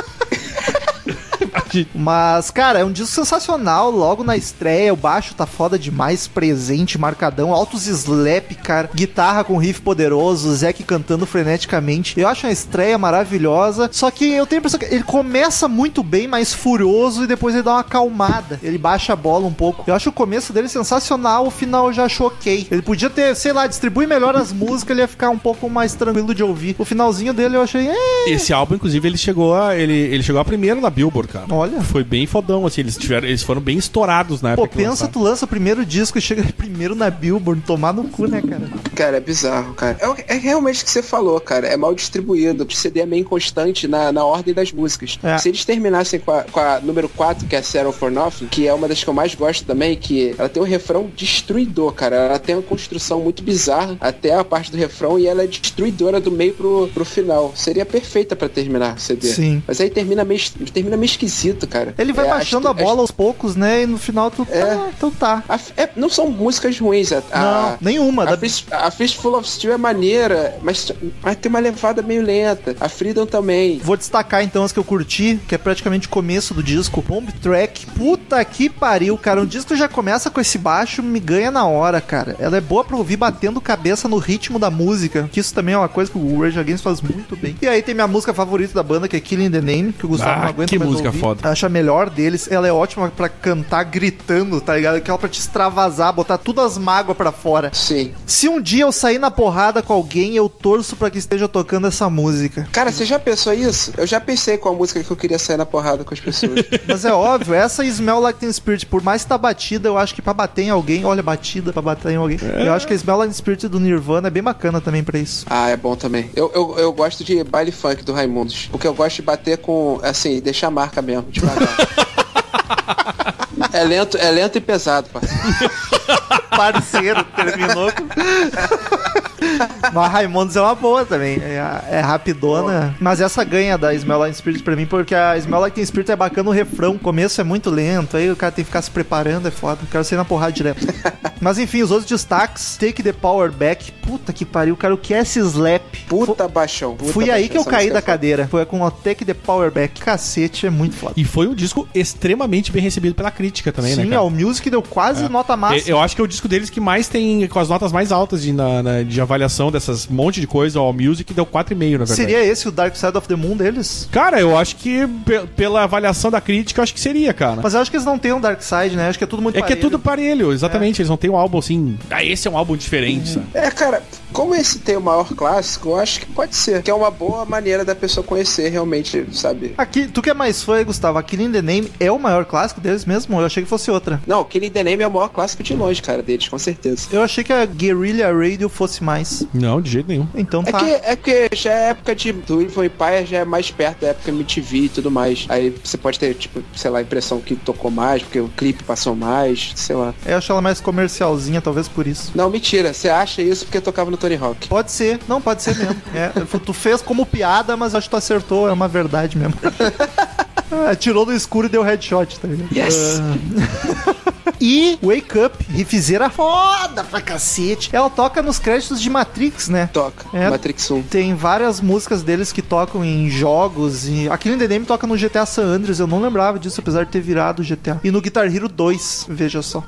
Speaker 1: Mas, cara, é um disco sensacional. Logo na estreia, o baixo tá foda demais, presente, marcadão, altos slap, cara, guitarra com riff poderoso, o Zack cantando freneticamente. Eu acho uma estreia maravilhosa. Só que eu tenho a impressão que ele começa muito bem, mas furioso, e depois ele dá uma acalmada. Ele baixa a bola um pouco. Eu acho o começo dele sensacional, o final eu já acho ok. Ele podia ter, sei lá, distribuir melhor as músicas, ele ia ficar um pouco mais tranquilo de ouvir. O finalzinho dele eu achei. "Eh,
Speaker 2: Esse álbum, inclusive, ele chegou a, ele, ele chegou a primeiro na Billboard, cara.
Speaker 1: Olha.
Speaker 2: Foi bem fodão, assim. Eles, tiveram, eles foram bem estourados na
Speaker 1: Pô,
Speaker 2: época. que
Speaker 1: pensa,
Speaker 2: lançaram.
Speaker 1: tu lança o primeiro disco e chega primeiro na Billboard, tomar no cu, né, cara?
Speaker 3: Cara, é bizarro, cara. É, o- é realmente o que você falou, cara. É mal distribuído. O CD é meio inconstante na, na ordem das músicas.
Speaker 1: É.
Speaker 3: Se eles terminassem com a, com a número 4, que é Zero for Nothing, que é uma das que eu mais gosto também, que ela tem um refrão destruidor, cara. Ela tem uma construção muito bizarra até a parte do refrão e ela é destruidora do meio pro, pro final. Seria perfeita pra terminar o CD.
Speaker 1: Sim.
Speaker 3: Mas aí termina meio, es- termina meio esquisito, cara.
Speaker 1: Ele vai
Speaker 3: É,
Speaker 1: baixando a
Speaker 3: as- as-
Speaker 1: bola aos poucos, né? E no final tu.
Speaker 3: É. Ah.
Speaker 1: Ah, então tá.
Speaker 3: a- é, não são músicas ruins. A, a-
Speaker 1: Não, nenhuma.
Speaker 3: A,
Speaker 1: Da...
Speaker 3: Fist, a Fistful of Steel é maneira, mas, mas tem uma levada meio lenta. A Freedom também.
Speaker 1: Vou destacar então as que eu curti, que é praticamente o começo do disco, Bomb Track. Puta que pariu, cara. Um disco já começa com esse baixo, me ganha na hora, cara. Ela é boa pra ouvir batendo cabeça no ritmo da música, que isso também é uma coisa que o Rage Against faz muito bem. E aí tem minha música favorita da banda, que é Killing the Name, que o Gustavo
Speaker 2: Ah,
Speaker 1: não aguenta
Speaker 2: que
Speaker 1: mais
Speaker 2: música
Speaker 1: ouvir.
Speaker 2: foda.
Speaker 1: acha a melhor deles. Ela é ótima pra cantar gritando, tá ligado? Aquela pra te extravasar, botar todas as mágoas pra fora.
Speaker 3: Sim.
Speaker 1: Se um dia eu sair na porrada com alguém, eu torço pra que esteja tocando essa música.
Speaker 3: Cara, você já pensou isso? Eu já pensei com a música que eu queria sair na porrada com as pessoas.
Speaker 1: Mas é óbvio, essa e Smell Like Teen Spirit, por mais que tá batida, eu acho que pra bater em alguém, olha, batida pra bater em alguém, eu acho que a Smell Like Teen Spirit do Nirvana é bem bacana também pra isso.
Speaker 3: ah, é bom também. Eu, eu, eu gosto de baile funk do Raimundos. Porque eu gosto de bater com, assim, deixar a marca mesmo. Devagar. É lento, é lento e pesado, parceiro.
Speaker 1: Parceiro, terminou com... Mas Raimundos é uma boa também. É, é rapidona. Mas essa ganha da Smell Like Spirit pra mim, porque a Smell Like Teen Spirit é bacana o refrão. O começo é muito lento, aí o cara tem que ficar se preparando, é foda. O cara sai na porrada direto. Mas enfim, os outros destaques. Take the Power Back. Puta que pariu, cara. O que é esse slap?
Speaker 3: Puta baixão. puta
Speaker 1: Fui aí
Speaker 3: baixão,
Speaker 1: que eu
Speaker 3: essa
Speaker 1: caí
Speaker 3: música
Speaker 1: da
Speaker 3: é foda.
Speaker 1: cadeira. Foi com o Take the Power Back. Cacete, é muito foda.
Speaker 2: E foi um disco extremamente bem recebido pela crítica também, né?
Speaker 1: Sim,
Speaker 2: cara?
Speaker 1: ó, o Music deu quase nota
Speaker 2: Eu-
Speaker 1: máxima.
Speaker 2: Eu acho que é o disco deles que mais tem, com as notas mais altas de, na- na- de avaliação dessas monte de coisa, ó, o Music deu 4,5, na verdade.
Speaker 1: Seria esse o Dark Side of the Moon deles?
Speaker 2: Cara, eu acho que pe- pela avaliação da crítica, eu acho que seria, cara.
Speaker 1: Mas eu acho que eles não têm um Dark Side, né? Acho que é tudo muito
Speaker 2: é que é
Speaker 1: parelho.
Speaker 2: tudo parelho, exatamente. Eles não têm um álbum assim. Ah, esse é um álbum diferente, sabe?
Speaker 3: É, cara, como esse tem o maior clássico, eu acho que pode ser. Que é uma boa maneira da pessoa conhecer realmente, sabe?
Speaker 1: Aqui, tu que é mais fã, Gustavo, Aqui in the Name é o maior clássico deles mesmo? Eu achei que fosse outra.
Speaker 3: Não, Killing the Name é o maior clássico de longe, cara, deles, com certeza.
Speaker 1: Eu achei que a Guerrilla Radio fosse mais.
Speaker 2: Não, de jeito nenhum.
Speaker 1: Então
Speaker 3: É
Speaker 1: tá.
Speaker 3: que, é que já é época de, do Evil Empire, já é mais perto da época MTV e tudo mais. Aí você pode ter, tipo, sei lá, a impressão que tocou mais, porque o clipe passou mais, sei lá.
Speaker 1: Eu acho ela mais comercialzinha, talvez por isso.
Speaker 3: Não, mentira, você acha isso porque tocava no Tony Hawk.
Speaker 1: Pode ser, não, pode ser mesmo. É, tu fez como piada, mas acho que tu acertou, é uma verdade mesmo. Ah, Tirou do escuro e deu headshot, tá ligado?
Speaker 3: Yes!
Speaker 1: E Wake Up, rifizeira é foda pra cacete. Ela toca nos créditos de Matrix, né?
Speaker 3: Toca,
Speaker 1: É.
Speaker 3: Matrix 1.
Speaker 1: Tem várias músicas deles que tocam em jogos e aquele DDM toca no GTA San Andreas, eu não lembrava disso apesar de ter virado o GTA. E no Guitar Hero 2, veja só.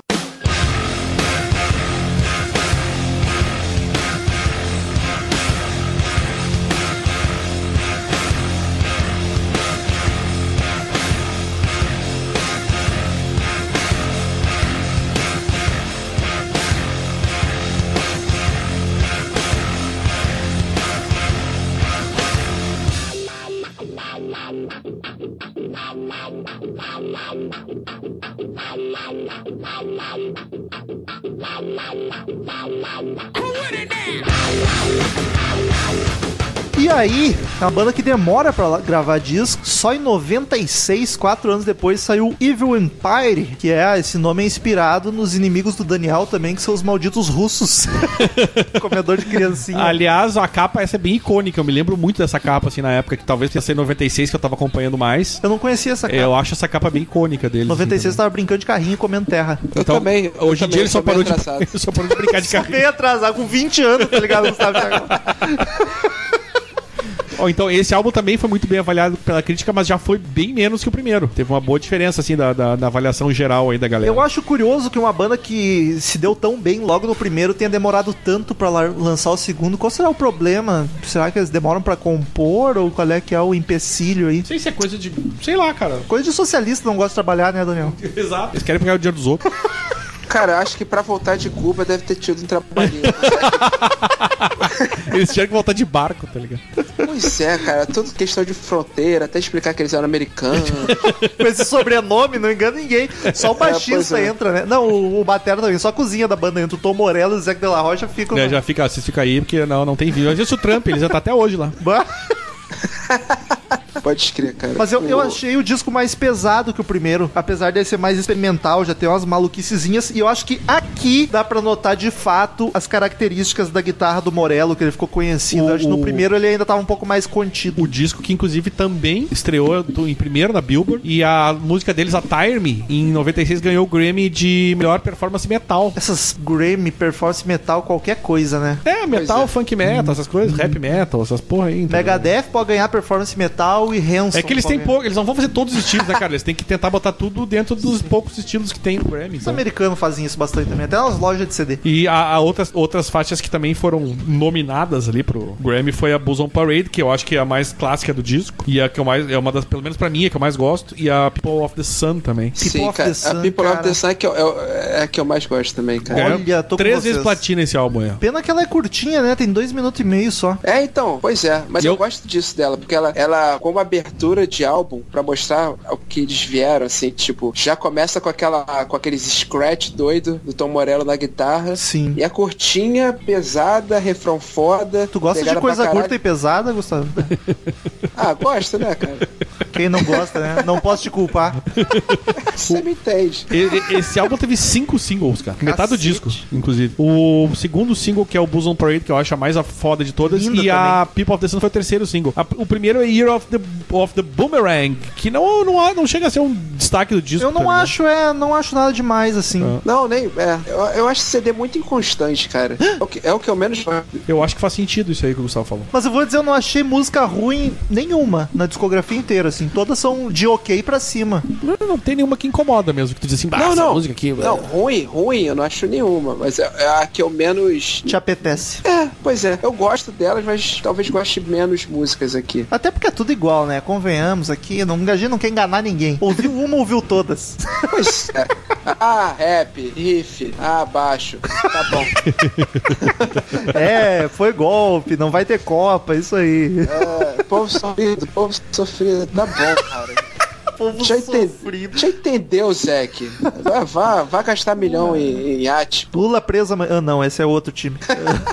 Speaker 1: E aí, a banda que demora pra la- gravar disco, só em 96, quatro anos depois, saiu Evil Empire, que é esse nome é inspirado nos inimigos do Daniel também, que são os malditos russos. Comedor de criancinha.
Speaker 2: Aliás, a capa essa é bem icônica. Eu me lembro muito dessa capa, assim, na época, que talvez tenha sido em 96 que eu tava acompanhando mais. É,
Speaker 1: Eu não conhecia essa cara.
Speaker 2: Eu acho essa capa bem icônica deles.
Speaker 1: 96 eu
Speaker 2: assim,
Speaker 1: tava brincando de carrinho e comendo terra.
Speaker 3: Eu
Speaker 2: Então,
Speaker 3: também. eu
Speaker 2: Hoje em
Speaker 3: também,
Speaker 2: dia ele só
Speaker 3: sou bem
Speaker 2: parou, de,
Speaker 3: atrasado.
Speaker 2: ele só parou de brincar de carrinho.
Speaker 1: Bem atrasado, com 20 anos, tá ligado, Gustavo?
Speaker 2: Ó, então, esse álbum também foi muito bem avaliado pela crítica, mas já foi bem menos que o primeiro. Teve uma boa diferença, assim, da, da- da avaliação geral aí da galera.
Speaker 1: Eu acho curioso que uma banda que se deu tão bem logo no primeiro tenha demorado tanto pra la- lançar o segundo. Qual será o problema? Será que eles demoram pra compor ou qual é que é o empecilho aí?
Speaker 2: Não sei se é coisa de. Sei lá, cara.
Speaker 1: Coisa de socialista não gosta de trabalhar, né, Daniel?
Speaker 2: Exato. Eles querem pegar o dinheiro dos outros.
Speaker 3: Cara, eu acho que pra voltar de Cuba deve ter tido um trabalhinho.
Speaker 2: Eles tiveram que voltar de barco, tá ligado?
Speaker 3: pois é, cara, tudo questão de fronteira, até explicar que eles eram americanos.
Speaker 1: Com esse sobrenome, não engana ninguém. Só o baixista
Speaker 3: pois é.
Speaker 1: entra, né? Não, o, o batera também. Só a cozinha da banda entra. O Tom Morello e o Zac de la Rocha ficam...
Speaker 2: Né, já fica, vocês ficam aí, porque não, não tem vídeo. Mas isso o Trump, ele já tá até hoje lá.
Speaker 1: Bah.
Speaker 3: Pode escrever, cara.
Speaker 1: Mas eu, eu
Speaker 3: O-
Speaker 1: achei o disco mais pesado que o primeiro, apesar de ser mais experimental, já tem umas maluquicezinhas, e eu acho que aqui dá pra notar de fato as características da guitarra do Morello, que ele ficou conhecido.
Speaker 2: O-
Speaker 1: Eu acho que no
Speaker 2: o-
Speaker 1: primeiro ele ainda tava um pouco mais contido.
Speaker 2: O disco que, inclusive, também estreou do- em primeiro na Billboard. E a música deles, a Tire Me, em 96 ganhou o Grammy de melhor performance metal.
Speaker 1: Essas Grammy, performance metal, qualquer coisa, né?
Speaker 2: É, Uhum. metal,
Speaker 3: Pois é.
Speaker 2: funk metal, essas coisas, rap metal, essas porra aí. entendeu?
Speaker 1: Megadeth pode ganhar performance metal e Hanson.
Speaker 2: É que eles
Speaker 1: pode
Speaker 2: têm
Speaker 1: ganhar.
Speaker 2: pouco, eles não vão fazer todos os estilos, né, cara? Eles têm que tentar botar tudo dentro dos poucos estilos que tem no Grammy.
Speaker 1: Os
Speaker 2: então.
Speaker 1: americanos fazem isso bastante também, até nas lojas de CD.
Speaker 2: E há, há outras, outras faixas que também foram nominadas ali pro Grammy foi a Bulls on Parade, que eu acho que é a mais clássica do disco. E a que eu mais. É uma das, pelo menos pra mim, é que eu mais gosto. E a People of the Sun também.
Speaker 1: People
Speaker 3: Sim,
Speaker 1: of
Speaker 3: cara.
Speaker 1: the Sun,
Speaker 3: a People of
Speaker 1: cara.
Speaker 3: the Sun é que eu, eu- é a que eu mais gosto também, cara.
Speaker 1: Olha,
Speaker 2: Ganhou
Speaker 1: tô com
Speaker 2: Três
Speaker 1: vocês.
Speaker 2: vezes platina esse álbum aí. ó.
Speaker 1: Pena que ela é curtinha, né? Tem dois minutos e meio só.
Speaker 3: É, então, pois é, mas
Speaker 2: E
Speaker 3: eu...
Speaker 2: eu-
Speaker 3: gosto disso dela, porque ela, ela, como uma abertura de álbum pra mostrar o que eles vieram, assim, tipo, já começa com aquela com aqueles scratch doido do Tom Morello na guitarra.
Speaker 1: Sim.
Speaker 3: E é curtinha, pesada, refrão foda.
Speaker 1: Tu gosta de
Speaker 3: pegada
Speaker 1: coisa
Speaker 3: pra caralho.
Speaker 1: curta e pesada, Gustavo?
Speaker 3: Ah, gosto, né, cara?
Speaker 1: Quem não gosta, né? Não posso te culpar.
Speaker 3: Você me entende.
Speaker 2: E- e- Esse álbum teve cinco singles, cara. Metade do disco, inclusive. O segundo single, que é o Buzzon Parade, que eu acho a mais a foda de todas,
Speaker 1: Linda
Speaker 2: e a People of the Sun foi o terceiro single. A- o primeiro é Year of the, of the Boomerang, que não, não, há- não chega a ser um destaque do disco.
Speaker 1: Eu não
Speaker 2: tá ligado?
Speaker 1: acho, é, não acho nada demais, assim.
Speaker 2: Ah.
Speaker 3: Não, nem. É, eu, eu acho esse CD muito inconstante, cara. É o que, é o que eu menos gosto.
Speaker 2: Eu acho que faz sentido isso aí que o Gustavo falou.
Speaker 1: Mas eu vou dizer, eu não achei música ruim nenhuma na discografia inteira, assim. Todas são de ok pra cima.
Speaker 2: Não, não tem nenhuma que incomoda mesmo, que tu diz assim, bah,
Speaker 3: Não,
Speaker 2: essa
Speaker 3: não.
Speaker 2: música aqui... é.
Speaker 3: Não, ruim, ruim, eu não acho nenhuma. Mas é, é a que eu menos.
Speaker 1: Te apetece.
Speaker 3: É, pois é. Eu gosto delas, mas talvez goste menos músicas aqui.
Speaker 1: Até porque é tudo igual, né? Convenhamos aqui, não, a gente não quer enganar ninguém. Ouviu uma, ouviu todas.
Speaker 3: Pois é. Ah, rap, riff, ah, baixo. Tá bom.
Speaker 1: É, foi golpe, não vai ter Copa, isso aí.
Speaker 3: É, povo sofrido, povo sofrido. Tá bom, cara.
Speaker 1: Povo
Speaker 3: Já, enten- já entendeu, Zeke. Vá, vá, vá gastar milhão em, em iate.
Speaker 1: Lula presa. amanhã- Ah, não, esse é outro time.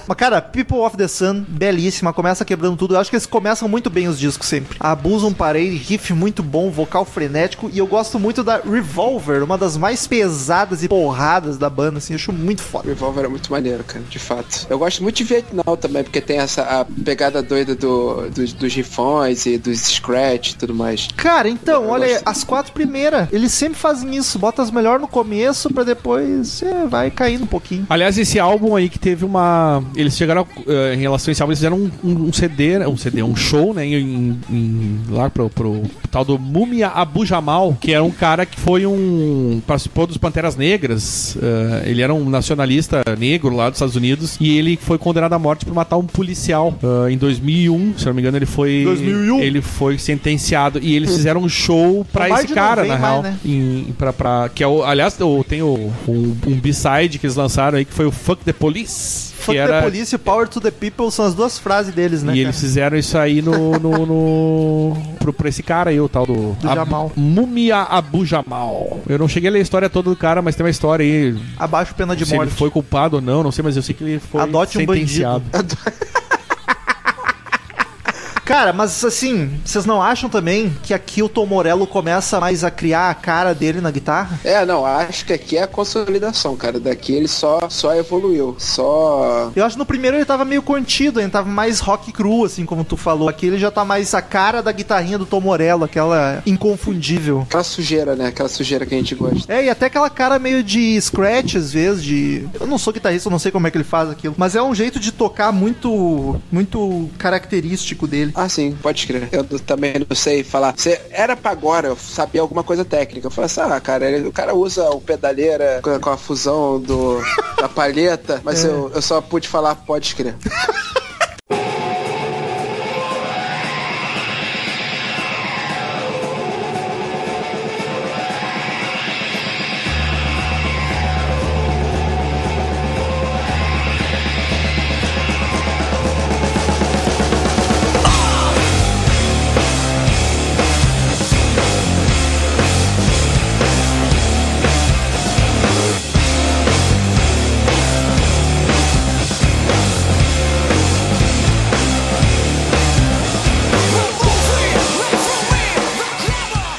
Speaker 1: Mas, cara, People of the Sun, belíssima, começa quebrando tudo. Eu acho que eles começam muito bem os discos sempre. Abusam parede, riff muito bom, vocal frenético. E eu gosto muito da Revolver, uma das mais pesadas e porradas da banda, assim. Eu acho muito foda.
Speaker 3: Revolver é muito maneiro, cara, de fato. Eu gosto muito de Vietnã também, porque tem essa a pegada doida do, dos- dos rifões e dos scratch e tudo mais.
Speaker 1: Cara, então,
Speaker 3: Eu
Speaker 1: olha, aí,
Speaker 3: gosto.
Speaker 1: as quatro primeiras, eles sempre fazem isso. Bota as melhores no começo pra depois é, vai caindo um pouquinho.
Speaker 2: Aliás, esse álbum aí que teve uma. Eles chegaram. eh, em relação a esse álbum, eles fizeram um, um- um CD, né? um CD, um show, né? Em, em- lá pro, pro tal do Mumia Abu Jamal, que era um cara que foi um. participou dos Panteras Negras. eh, ele era um nacionalista negro lá dos Estados Unidos. E ele foi condenado à morte por matar um policial. eh, em 2001, se eu não me engano, ele foi.
Speaker 1: 2001?
Speaker 2: Ele foi sentenciado. E eles fizeram um show pra
Speaker 1: Covarde um?
Speaker 2: esse
Speaker 1: Hum. não
Speaker 2: cara,
Speaker 1: vem
Speaker 2: na
Speaker 1: mais,
Speaker 2: real.
Speaker 1: né?
Speaker 2: Em- pra, pra- que é o, aliás, o- tem o, um, um B-side que eles lançaram aí que foi o Fuck the Police.
Speaker 1: Fuck
Speaker 2: que era,
Speaker 1: the police e power to the people são as duas frases deles, né?
Speaker 2: e
Speaker 1: cara?
Speaker 2: eles fizeram isso aí no. no, no- pro, pra esse cara aí, o tal do.
Speaker 1: Do Jamal.
Speaker 2: Mumia Abu Jamal. Eu não cheguei a ler a história toda do cara, mas tem uma história aí.
Speaker 1: Abaixo pena de
Speaker 2: se
Speaker 1: morte.
Speaker 2: ele foi culpado ou não, não sei, mas eu sei que ele foi
Speaker 1: Adote um
Speaker 2: sentenciado.
Speaker 1: Cara, mas assim, vocês não acham também que aqui o Tom Morello começa mais a criar a cara dele na guitarra?
Speaker 3: É, não, acho que aqui é a consolidação, cara. Daqui ele só, só evoluiu. Só.
Speaker 1: Eu acho que no primeiro ele tava meio contido, ele tava mais rock cru, assim, como tu falou. Aqui ele já tá mais a cara da guitarrinha do Tom Morello, aquela inconfundível.
Speaker 3: Aquela sujeira, né? Aquela sujeira que a gente gosta.
Speaker 1: É, e até aquela cara meio de scratch, às vezes, de... Eu não sou guitarrista, eu não sei como é que ele faz aquilo. Mas é um jeito de tocar muito... Muito característico dele.
Speaker 3: Ah, sim, pode crer. Eu do- também não sei falar. Cê- era pra agora eu sabia alguma coisa técnica. Eu falei assim, ah, cara, ele- o cara usa o pedaleira com a, com a fusão do, da palheta, mas eu, eu só pude falar pode crer.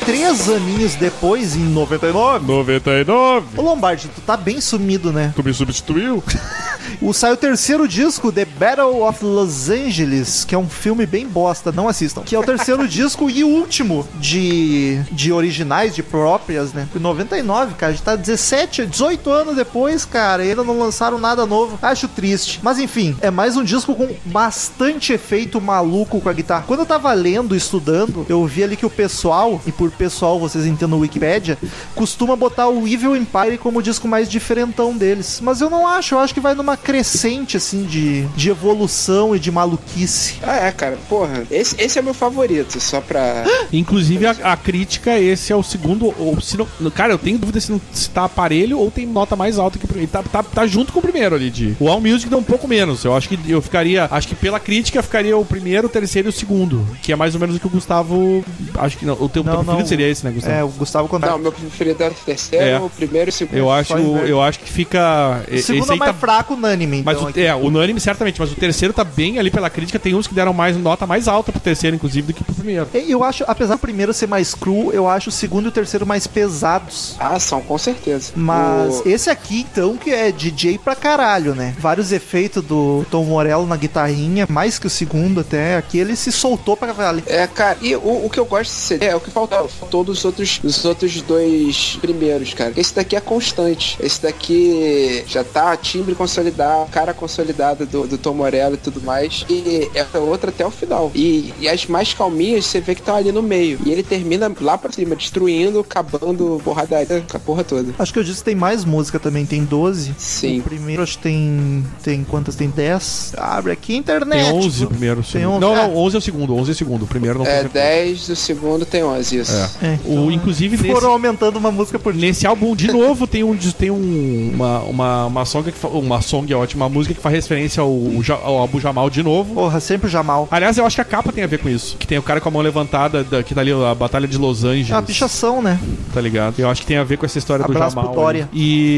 Speaker 1: Três aninhos depois, em 99...
Speaker 2: 99!
Speaker 1: Ô Lombardi, tu tá bem sumido, né?
Speaker 2: Tu me substituiu?
Speaker 1: O saiu o terceiro disco, The Battle of Los Angeles, que é um filme bem bosta, não assistam. Que é o terceiro disco e último de, de originais, de próprias, né? Em 99, cara, a gente tá 17, 18 anos depois, cara, e ainda não lançaram nada novo. Acho triste. Mas enfim, é mais um disco com bastante efeito maluco com a guitarra. Quando eu tava lendo, estudando, eu vi ali que o pessoal, e por pessoal vocês entendam o Wikipédia, costuma botar o Evil Empire como o disco mais diferentão deles. Mas eu não acho, eu acho que vai numa crescente, assim, de, de evolução e de maluquice.
Speaker 3: Ah, é, cara, porra. Esse, esse é meu favorito, só pra.
Speaker 2: Inclusive, a, a crítica, esse é o segundo. Ou, se não, cara, eu tenho dúvida se, não, se tá aparelho ou tem nota mais alta que o primeiro. Tá, tá, tá junto com o primeiro ali, de. O All Music dá um pouco menos. Eu acho que eu ficaria. Acho que pela crítica ficaria o primeiro, o terceiro e o segundo. Que é mais ou menos o que o Gustavo. Acho que não. O teu,
Speaker 1: Não,
Speaker 2: teu preferido
Speaker 1: não.
Speaker 2: seria esse, né, Gustavo?
Speaker 1: É, o Gustavo Contrário.
Speaker 3: Não, meu preferido era o terceiro,
Speaker 2: É.
Speaker 3: o primeiro e o segundo.
Speaker 2: Eu acho,
Speaker 1: Só inverno.
Speaker 2: eu acho que fica. e-
Speaker 1: O segundo
Speaker 2: esse
Speaker 1: é
Speaker 2: aí
Speaker 1: mais
Speaker 2: tá.
Speaker 1: fraco, unânime.
Speaker 2: Mas
Speaker 1: então,
Speaker 2: o,
Speaker 1: aqui.
Speaker 2: é, unânime, certamente, mas o terceiro tá bem ali pela crítica. Tem uns que deram mais nota mais alta pro terceiro, inclusive, do que pro primeiro.
Speaker 1: E Eu acho, apesar do primeiro ser mais cru, eu acho o segundo e o terceiro mais pesados.
Speaker 3: Ah, são, com certeza.
Speaker 1: Mas
Speaker 3: O-
Speaker 1: esse aqui, então, que é DJ pra caralho, né? Vários efeitos do Tom Morello na guitarrinha, mais que o segundo até. Aqui ele se soltou pra valer.
Speaker 3: É, cara, e o, o que eu gosto desse CD é o que faltava. Faltou dos outros, dos outros dois primeiros, cara. Esse daqui é constante. Esse daqui já tá timbre consolidado, cara consolidada do, do Tom Morello e tudo mais. E essa outra até o final. E, e as mais calminhas você vê que estão ali no meio. E ele termina lá pra cima, destruindo, acabando, porradaria, com a porra toda.
Speaker 1: Acho que eu disse que tem mais música também, tem 12.
Speaker 3: Sim.
Speaker 1: O primeiro acho que tem. Tem quantas? Tem 10? Abre aqui a internet.
Speaker 2: Tem 11 o primeiro. o
Speaker 1: Tem
Speaker 2: segundo.
Speaker 1: 11,
Speaker 2: Não,
Speaker 1: é.
Speaker 2: não, 11 é o segundo. 11 é o segundo. O primeiro não tem
Speaker 3: É,
Speaker 2: certeza.
Speaker 3: 10 do segundo tem 11, isso.
Speaker 2: É.
Speaker 1: É,
Speaker 2: O, inclusive,
Speaker 1: Foram
Speaker 2: nesse,
Speaker 1: aumentando uma música por dia.
Speaker 2: nesse álbum, de novo, tem, um, tem um, uma, uma, uma song que fa- Uma song é ótima, uma música que faz referência ao, Ja- ao Abu Jamal de novo.
Speaker 1: Porra, sempre o Jamal.
Speaker 2: Aliás, eu acho que a capa tem a ver com isso. Que tem o cara com a mão levantada, da, que tá ali a Batalha de Los Angeles.
Speaker 1: É uma pichação, né?
Speaker 2: tá ligado? Eu acho que tem a ver com essa história
Speaker 1: Abraço
Speaker 2: do Jamal.
Speaker 1: pro Dória.
Speaker 2: aí. E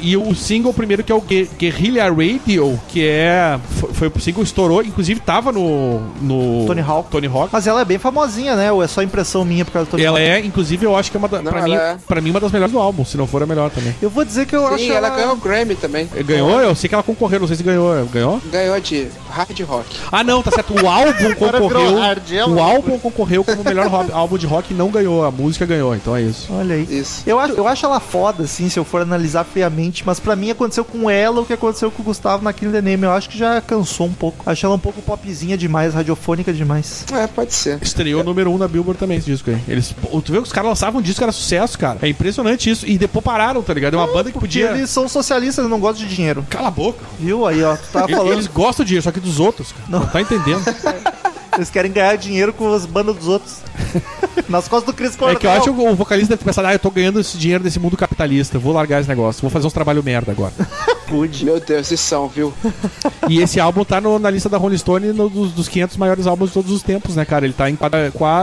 Speaker 2: e o single primeiro que é o Gue- Guerrilla Radio, que é fo- foi o single que estourou, inclusive tava no no
Speaker 1: Tony Hawk.
Speaker 2: Tony Hawk.
Speaker 1: Mas ela é bem famosinha, né? Ou é só impressão minha por causa do Tony
Speaker 2: Ela é, inclusive, eu acho que é uma da,
Speaker 3: Não,
Speaker 2: pra,
Speaker 3: ela
Speaker 2: mim,
Speaker 3: é.
Speaker 2: pra mim uma das melhores do álbum, se não for a melhor também.
Speaker 1: Eu vou dizer que eu acho
Speaker 3: Sim, ela ganhou o Grammy também.
Speaker 2: Ganhou? Eu sei que ela concorreu, não sei se ganhou. Ganhou?
Speaker 3: Ganhou de hard rock.
Speaker 2: Ah, não, tá certo. O álbum
Speaker 1: Agora virou
Speaker 2: concorreu.
Speaker 1: hard, ela-
Speaker 2: O álbum concorreu como o melhor ro- álbum de rock e não ganhou. A música ganhou, então é isso.
Speaker 1: Olha aí.
Speaker 3: Isso.
Speaker 1: Eu acho, eu acho ela foda, assim, se eu for analisar friamente, mas pra mim aconteceu com ela o que aconteceu com o Gustavo na Killing the Name. Eu acho que já cansou um pouco. Acho ela um pouco popzinha demais, radiofônica demais.
Speaker 3: É, pode ser.
Speaker 2: Estreou número 1 um na Billboard também esse disco aí. Eles, pô, tu vê que os caras lançavam um disco, era sucesso, cara. É impressionante isso. E depois pararam, tá ligado? É uma banda que
Speaker 1: Porque
Speaker 2: podia.
Speaker 1: eles são socialistas, eles não gostam de dinheiro.
Speaker 2: Cala a boca.
Speaker 1: Viu? Aí, ó, tu tava
Speaker 2: Eles,
Speaker 1: Tá falando.
Speaker 2: eles gostam de dinheiro, só que dos outros, cara. Não, tá entendendo.
Speaker 1: Eles querem ganhar dinheiro com as bandas dos outros. Nas costas do Chris
Speaker 2: é
Speaker 1: Cornell.
Speaker 2: que eu acho que o vocalista deve pensar, ah, eu tô ganhando esse dinheiro desse mundo capitalista, eu vou largar esse negócio, vou fazer uns trabalhos merda agora.
Speaker 1: pude.
Speaker 3: Meu Deus, e são, viu?
Speaker 2: e esse álbum tá no- na lista da Rolling Stone no- dos, dos 500 maiores álbuns de todos os tempos, né, cara? Ele tá em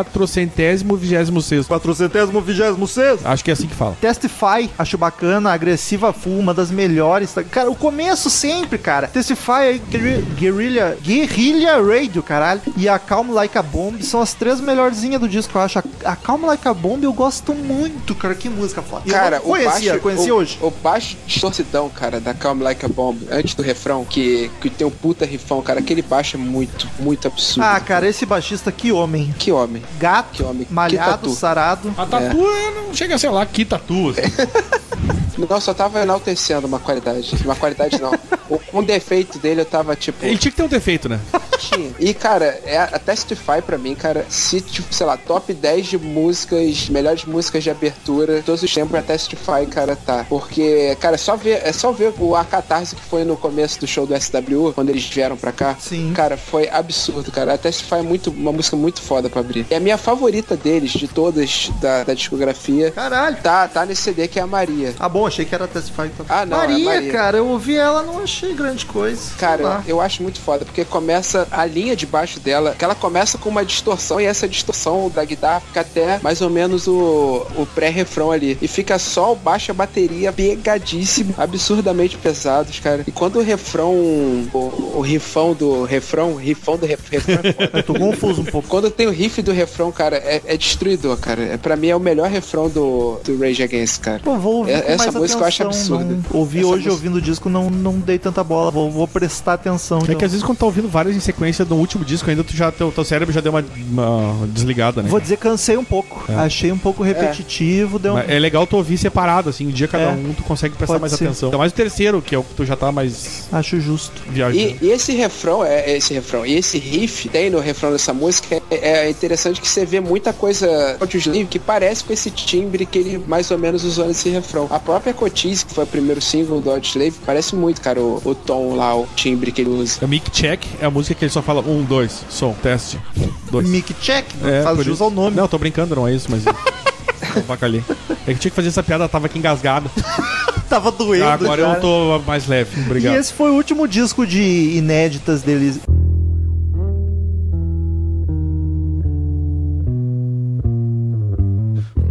Speaker 2: 426 vigésimo sexto.
Speaker 1: 426.
Speaker 2: Acho que é assim que fala.
Speaker 1: Testify, acho bacana, agressiva full, uma das melhores. tá? Cara, o começo sempre, cara. Testify aí, guerri- Guerrilla, Guerrilla Radio, caralho. E a Calm Like a Bomb são as três melhorzinhas do disco, eu acho. A, a Calm Like a Bomb eu gosto muito, cara. Que música foda. E eu
Speaker 3: Cara,
Speaker 1: não conhecia,
Speaker 3: o baixo, é
Speaker 1: conheci
Speaker 3: o,
Speaker 1: hoje.
Speaker 3: O baixo distorcidão, cara, da Calm Like a Bomb, antes do refrão, que, que tem um puta rifão, cara, aquele baixo é muito, muito absurdo.
Speaker 1: Ah, cara, esse baixista, que homem.
Speaker 3: Que homem.
Speaker 1: Gato,
Speaker 3: Que homem, que
Speaker 1: malhado,
Speaker 3: tatu.
Speaker 1: sarado.
Speaker 2: A tatu é, não chega, sei lá, que tatu. assim.
Speaker 3: Não, só tava enaltecendo uma qualidade. Uma qualidade não. O- um defeito dele eu tava tipo.
Speaker 2: Ele tinha que ter um defeito, né?
Speaker 3: tinha. E, cara, é, a Testify pra mim, cara, se, tipo, sei lá, top 10 de músicas, melhores músicas de abertura, todos os tempos a Testify, cara, tá. Porque, cara, é só ver, é só ver o a catarse que foi no começo do show do SW, quando eles vieram pra cá.
Speaker 1: Sim.
Speaker 3: Cara, foi absurdo, cara. A Testify é muito, uma música muito foda pra abrir. E a minha favorita deles, de todas da, da discografia,
Speaker 1: Caralho.
Speaker 3: tá, tá nesse CD que é a Maria.
Speaker 1: Ah, bom, achei que era Testify. Então.
Speaker 3: Ah, não, é
Speaker 1: Maria,
Speaker 3: Maria.
Speaker 1: cara, eu ouvi ela, não achei grande coisa. Sei lá.
Speaker 3: Cara, eu acho muito foda, porque começa a linha de baixo dela, que ela começa com uma distorção, e essa distorção da guitarra fica até mais ou menos o, o pré-refrão ali. E fica só o baixo e a bateria pegadíssimo, absurdamente pesados, cara. E quando o refrão, o, o rifão do refrão, rifão do ref- refrão, é foda.
Speaker 1: eu tô confuso um pouco.
Speaker 3: Quando tem o riff do refrão, cara, é, é destruidor, cara. É, pra mim é o melhor refrão do, do Rage Against, cara.
Speaker 1: Pô, vou ouvir
Speaker 3: É-
Speaker 1: com
Speaker 3: essa
Speaker 1: mais
Speaker 3: música eu acho
Speaker 1: atenção,
Speaker 3: absurda.
Speaker 1: não- ouvi
Speaker 3: Essa
Speaker 1: hoje
Speaker 3: música-
Speaker 1: ouvindo o disco, não, não dei tanta bola. Vou, vou prestar atenção.
Speaker 2: É
Speaker 1: então.
Speaker 2: que às vezes quando tá ouvindo várias em sequência de no último disco ainda, tu já, teu, teu cérebro já deu uma, uma desligada, né?
Speaker 1: Vou dizer, cansei um pouco. Achei um
Speaker 3: É.
Speaker 1: pouco repetitivo, deu um...
Speaker 2: É. Mas É legal tu ouvir separado, assim, um dia cada
Speaker 1: É.
Speaker 2: um, tu consegue prestar
Speaker 1: Pode
Speaker 2: mais
Speaker 1: ser.
Speaker 2: atenção. Ainda mais o terceiro, que é o que tu já tá mais
Speaker 1: Acho justo.
Speaker 2: viajando.
Speaker 3: E, e esse refrão, é é esse refrão, e esse riff tem no refrão dessa música é, é interessante que você vê muita coisa Audio Slave que parece com esse timbre que ele mais ou menos usou nesse refrão. A própria Cotiz, que foi o primeiro single do Audio Slave, parece muito, cara, o, o tom lá, o timbre que ele usa.
Speaker 2: O Mic Check é a música que ele só fala um, dois, som, teste, dois.
Speaker 1: Mic check,
Speaker 2: É,
Speaker 1: faz
Speaker 2: por
Speaker 1: jus
Speaker 2: isso.
Speaker 1: ao nome.
Speaker 2: Não, tô brincando, não é isso, mas. Eu Bacalhei. É que tinha que fazer essa piada, tava aqui engasgado.
Speaker 1: Tava doendo.
Speaker 2: Ah, agora
Speaker 1: já.
Speaker 2: eu tô mais leve, obrigado.
Speaker 1: E esse foi o último disco de inéditas deles.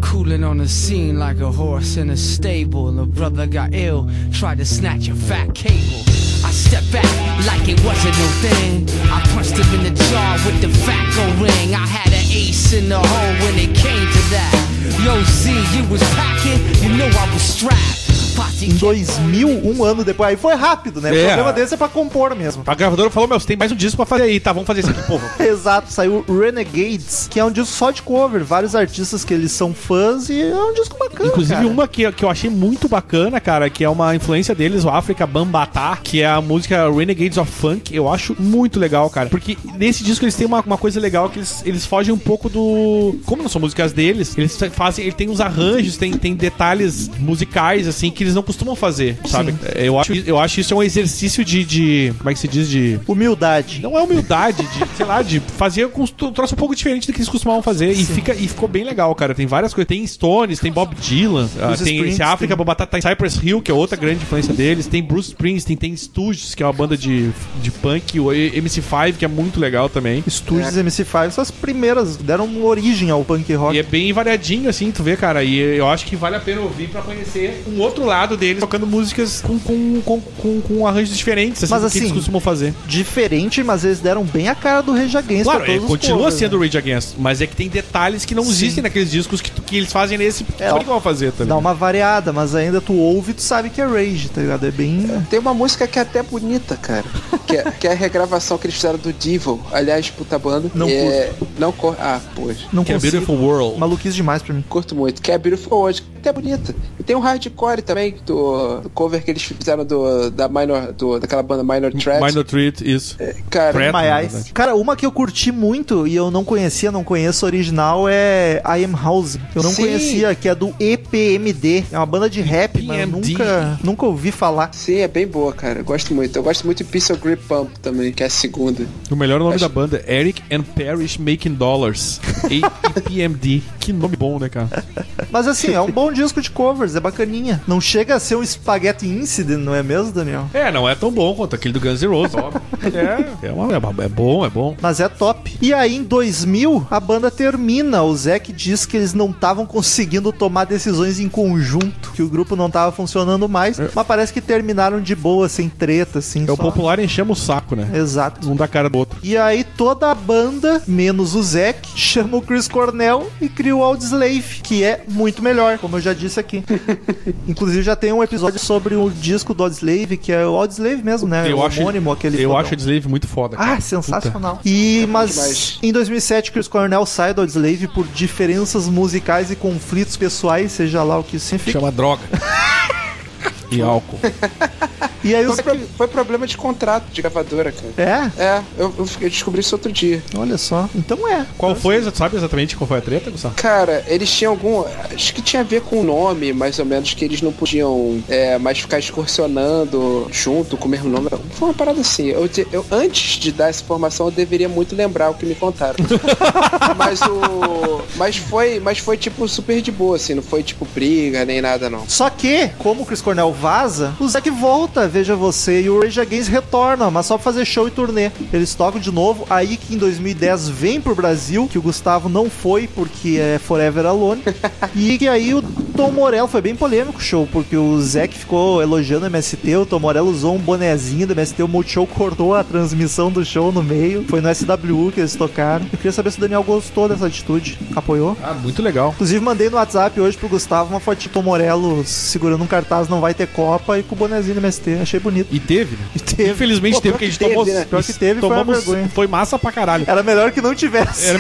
Speaker 6: Cooling on the scene like a horse in a stable. A brother got ill, tried to snatch a fat cable. I stepped back like it wasn't no thing. I punched him in the jaw with the fatco ring. I had an ace in the hole when it came to that. Yo, Z, you was packing, you know I was strapped. Posse
Speaker 1: Em 2000, um ano depois. Aí foi rápido, né?
Speaker 2: É.
Speaker 1: O problema desse é pra compor mesmo.
Speaker 2: A gravadora falou: Meu, você tem mais um disco pra fazer aí, tá? Vamos fazer isso aqui, porra.
Speaker 1: Exato, saiu Renegades, que é um disco só de cover. Vários artistas que eles são fãs e é um disco bacana.
Speaker 2: Inclusive,
Speaker 1: cara.
Speaker 2: uma que, que eu achei muito bacana, cara, que é uma influência deles, o África Bambatá, que é a música Renegades of Funk, eu acho muito legal, cara. Porque nesse disco eles têm uma, uma coisa legal que eles, eles fogem um pouco do. Como não são músicas deles, eles fa- fazem. Ele tem uns arranjos, tem, tem detalhes musicais, assim, que eles não costumam fazer, sabe? Eu acho, eu acho isso é um exercício de, de. Como é que se diz? De.
Speaker 1: Humildade.
Speaker 2: Não é humildade, de, sei lá, de fazer um tro- troço um pouco diferente do que eles costumavam fazer. E, fica, e ficou bem legal, cara. Tem várias coisas. Tem Stones, tem Bob Dylan, ah, tem
Speaker 1: Springsteen.
Speaker 2: esse África Bobatá, tem Cypress Hill, que é outra grande influência deles. Tem Bruce Springsteen, tem Stooges, que é uma banda de, de punk. O MC5, que é muito legal também.
Speaker 1: Studios MC5, são as primeiras, deram origem ao punk rock.
Speaker 2: É. E é bem variadinho, assim, tu vê, cara. E eu acho que vale a pena ouvir pra conhecer um outro lado deles, tocando músicas com, com, com, com, com arranjos diferentes, assim,
Speaker 1: Mas
Speaker 2: do que eles
Speaker 1: assim,
Speaker 2: costumam fazer.
Speaker 1: Diferente, mas eles deram bem a cara do Rage Against
Speaker 2: é Claro,
Speaker 1: pra todos
Speaker 2: é,
Speaker 1: os
Speaker 2: continua
Speaker 1: covers,
Speaker 2: sendo
Speaker 1: né?
Speaker 2: Rage Against, mas é que tem detalhes que não existem naqueles discos que, tu- que eles fazem nesse.
Speaker 1: É,
Speaker 2: Só que vão fazer tá também.
Speaker 1: Dá uma variada, mas ainda tu ouve e tu sabe que é Rage, tá ligado? É bem...
Speaker 3: Tem uma música que é até bonita, cara. Que é, que é a regravação que eles fizeram do Devil. Aliás, puta banda.
Speaker 1: Não
Speaker 3: é, Não cor... Ah, poxa.
Speaker 1: Não
Speaker 2: Que é
Speaker 1: consigo.
Speaker 2: Beautiful World.
Speaker 1: Maluquice demais pra mim.
Speaker 3: Curto muito, que é Beautiful World, que é até bonita. E tem um hardcore também, do, do cover que eles fizeram do, da minor, do, daquela banda Minor Threat. É,
Speaker 2: Minor Treat, isso.
Speaker 3: Cara,
Speaker 2: Threat,
Speaker 1: My
Speaker 2: na
Speaker 1: Eyes.
Speaker 2: verdade.
Speaker 1: Cara, uma que eu curti muito e eu não conhecia, não conheço a original é I Am House. Eu não
Speaker 3: Sim.
Speaker 1: conhecia, que é do EPMD. É uma banda de rap, mas eu
Speaker 2: EPMD.
Speaker 1: nunca, nunca ouvi falar.
Speaker 3: sim, é bem boa, cara. Eu gosto muito. Eu gosto muito de Pistol Grip Pump também, que é a segunda.
Speaker 2: O melhor nome
Speaker 3: Acho-
Speaker 2: da banda Eric and Parrish Making Dollars. APMD. que nome bom, né, cara?
Speaker 1: Mas assim, é um bom disco de covers, é bacaninha. Não chega a ser um Spaghetti Incident, não é mesmo, Daniel?
Speaker 2: É, não é tão bom quanto aquele do Guns N' Roses, óbvio. É, é, uma- é uma- é bom, é bom.
Speaker 1: Mas é top. E aí, em 2000, a banda termina. O Zack diz que eles não estavam conseguindo tomar decisões em conjunto, que o grupo não tava funcionando mais. Mas parece que terminaram de boa, sem treta, assim.
Speaker 2: É o
Speaker 1: só-
Speaker 2: popular enchemos o saco, né?
Speaker 1: Exato.
Speaker 2: Um da cara do outro.
Speaker 1: E aí toda a banda, menos o Zack, chama o Chris Cornell e cria o Audioslave, que é muito melhor, como eu já disse aqui. Inclusive já tem um episódio sobre o disco do Audioslave, que é o Audioslave mesmo, né?
Speaker 2: eu
Speaker 1: o
Speaker 2: acho,
Speaker 1: homônimo, aquele
Speaker 2: eu
Speaker 1: fodão.
Speaker 2: acho o Slave muito foda. cara.
Speaker 1: Ah, sensacional. E, mas
Speaker 3: demais.
Speaker 1: em 2007, Chris Cornell sai do Audioslave por diferenças musicais e conflitos pessoais, seja lá o que isso significa.
Speaker 2: Chama droga. e álcool.
Speaker 1: E aí os...
Speaker 3: Foi, pro- foi problema de contrato de gravadora, cara.
Speaker 1: É?
Speaker 3: É, eu, eu fiquei- eu descobri isso outro dia.
Speaker 1: Olha só. Então é.
Speaker 2: Qual foi, exa- sabe exatamente qual foi a treta, Gustavo?
Speaker 3: Cara, eles tinham algum. Acho que tinha a ver com o nome, mais ou menos, que eles não podiam é, mais ficar excursionando junto com o mesmo nome. Foi uma parada assim. Eu, te- eu- antes de dar essa informação, eu deveria muito lembrar o que me contaram. mas o. Mas foi, mas foi tipo super de boa, assim, não foi tipo briga nem nada, não.
Speaker 1: Só que, como o Chris Cornell vaza, o Zack volta, veja você, e o Rage Against retorna, mas só pra fazer show e turnê. Eles tocam de novo, aí que em 2010 vem pro Brasil, que o Gustavo não foi porque é Forever Alone, e que aí o Tom Morello. Foi bem polêmico o show, porque o Zeke ficou elogiando o MST, o Tom Morello usou um bonezinho do MST, o Multishow cortou a transmissão do show no meio. Foi no SWU que eles tocaram. Eu queria saber se o Daniel gostou dessa atitude. Apoiou?
Speaker 2: Ah, muito legal.
Speaker 1: Inclusive, mandei no WhatsApp hoje pro Gustavo uma foto de Tom Morello segurando um cartaz Não Vai Ter Copa e com o bonezinho do MST. Achei bonito.
Speaker 2: E teve, né?
Speaker 1: E teve.
Speaker 2: Infelizmente
Speaker 1: Pô, pior
Speaker 2: teve, porque a gente
Speaker 1: que teve,
Speaker 2: tomou.
Speaker 1: né? Pior que teve, foi uma
Speaker 2: tomamos,
Speaker 1: vergonha.
Speaker 2: foi massa pra caralho.
Speaker 1: Era melhor que não tivesse.
Speaker 2: Era,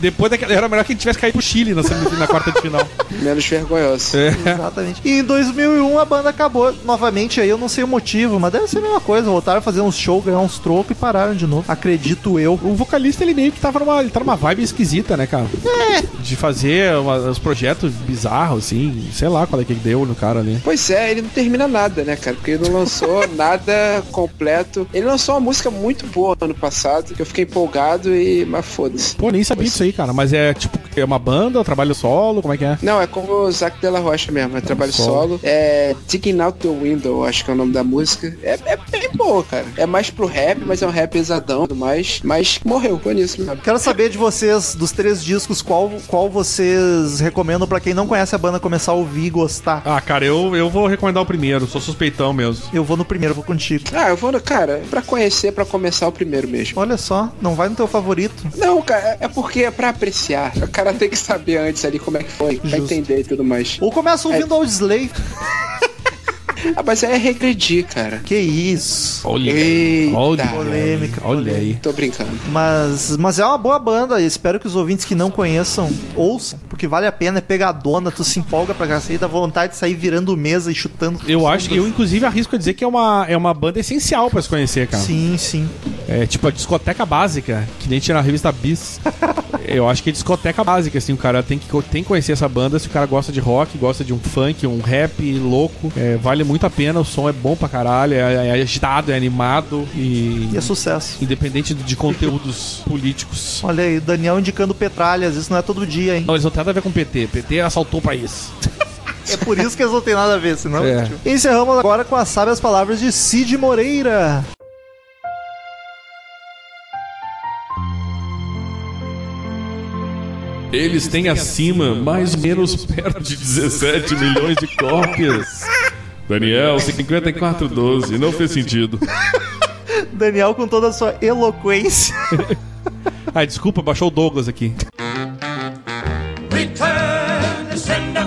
Speaker 2: depois daquela, era melhor que a gente tivesse caído pro Chile na, semi- na quarta de final.
Speaker 3: Menos vergonhoso.
Speaker 2: É.
Speaker 1: É. Exatamente. E em 2001 a banda acabou novamente aí, eu não sei o motivo, mas deve ser a mesma coisa. Voltaram a fazer uns shows, ganhar uns trocos e pararam de novo. Acredito eu.
Speaker 2: O vocalista, ele meio que tava numa, ele tá numa vibe esquisita, né, cara?
Speaker 1: É.
Speaker 2: De fazer uma- uns projetos bizarros, assim. Sei lá qual é que deu no cara ali.
Speaker 3: Pois é, ele não termina nada, né, cara? Porque ele não lançou nada completo. Ele lançou uma música muito boa ano passado, que eu fiquei empolgado e. Mas foda-se.
Speaker 2: Pô, nem sabia disso aí, cara. Mas é tipo, é uma banda, trabalho solo, como é que é?
Speaker 3: Não, é como o Zac Della Rocha mesmo, é trabalho
Speaker 2: solo.
Speaker 3: solo. É Digging Out the Window, acho que é o nome da música. É, é bem boa, cara. É mais pro rap, mas é um rap pesadão e tudo mais. Mas morreu, foi nisso mesmo.
Speaker 1: Quero saber de vocês, dos três discos, qual, qual vocês recomendam pra quem não conhece a banda começar a ouvir e gostar.
Speaker 2: Ah, cara, eu, eu vou recomendar o primeiro, sou suspeitão mesmo.
Speaker 1: Eu vou no primeiro, vou contigo.
Speaker 3: Ah, eu vou no. Cara, pra conhecer, pra começar o primeiro mesmo.
Speaker 1: Olha só, não vai no teu favorito.
Speaker 3: Não, cara, é porque é pra apreciar. O cara tem que saber antes ali como é que foi, pra
Speaker 1: Justo.
Speaker 3: entender e tudo mais.
Speaker 1: Ou começa ouvindo Old Slave.
Speaker 3: Ah, mas é regredir, cara.
Speaker 1: Que isso.
Speaker 2: Olha
Speaker 3: Eita.
Speaker 1: Polêmica,
Speaker 2: Olha aí.
Speaker 3: Tô brincando.
Speaker 1: Mas, mas é uma boa banda, e espero que os ouvintes que não conheçam ouçam, porque vale a pena, é pegadona, tu se empolga pra cacete, dá vontade de sair virando mesa e chutando.
Speaker 2: Eu acho, eu inclusive arrisco a dizer que é uma, é uma banda essencial pra se conhecer, cara.
Speaker 1: Sim, sim.
Speaker 2: É tipo a discoteca básica, que nem tinha na revista Bis. Eu acho que é discoteca básica, assim, o cara tem que, tem que conhecer essa banda, se o cara gosta de rock, gosta de um funk, um rap louco, é, vale muito a pena, o som é bom pra caralho, é, é agitado, é animado e...
Speaker 1: E é sucesso.
Speaker 2: Independente de conteúdos políticos.
Speaker 1: Olha aí, o Daniel indicando petralhas, isso não é todo dia, hein?
Speaker 2: Não, eles não têm nada a ver com o PT. PT assaltou o país.
Speaker 1: É por isso que eles não têm nada a ver, senão.
Speaker 2: É.
Speaker 1: Tipo. Encerramos agora com as sábias palavras de Cid Moreira.
Speaker 2: Eles têm acima mais ou menos perto de 17 milhões de cópias. Daniel, 5412, não fez sentido.
Speaker 1: Daniel com toda a sua eloquência.
Speaker 2: Ah, desculpa, baixou o Douglas aqui.
Speaker 4: Return to sender.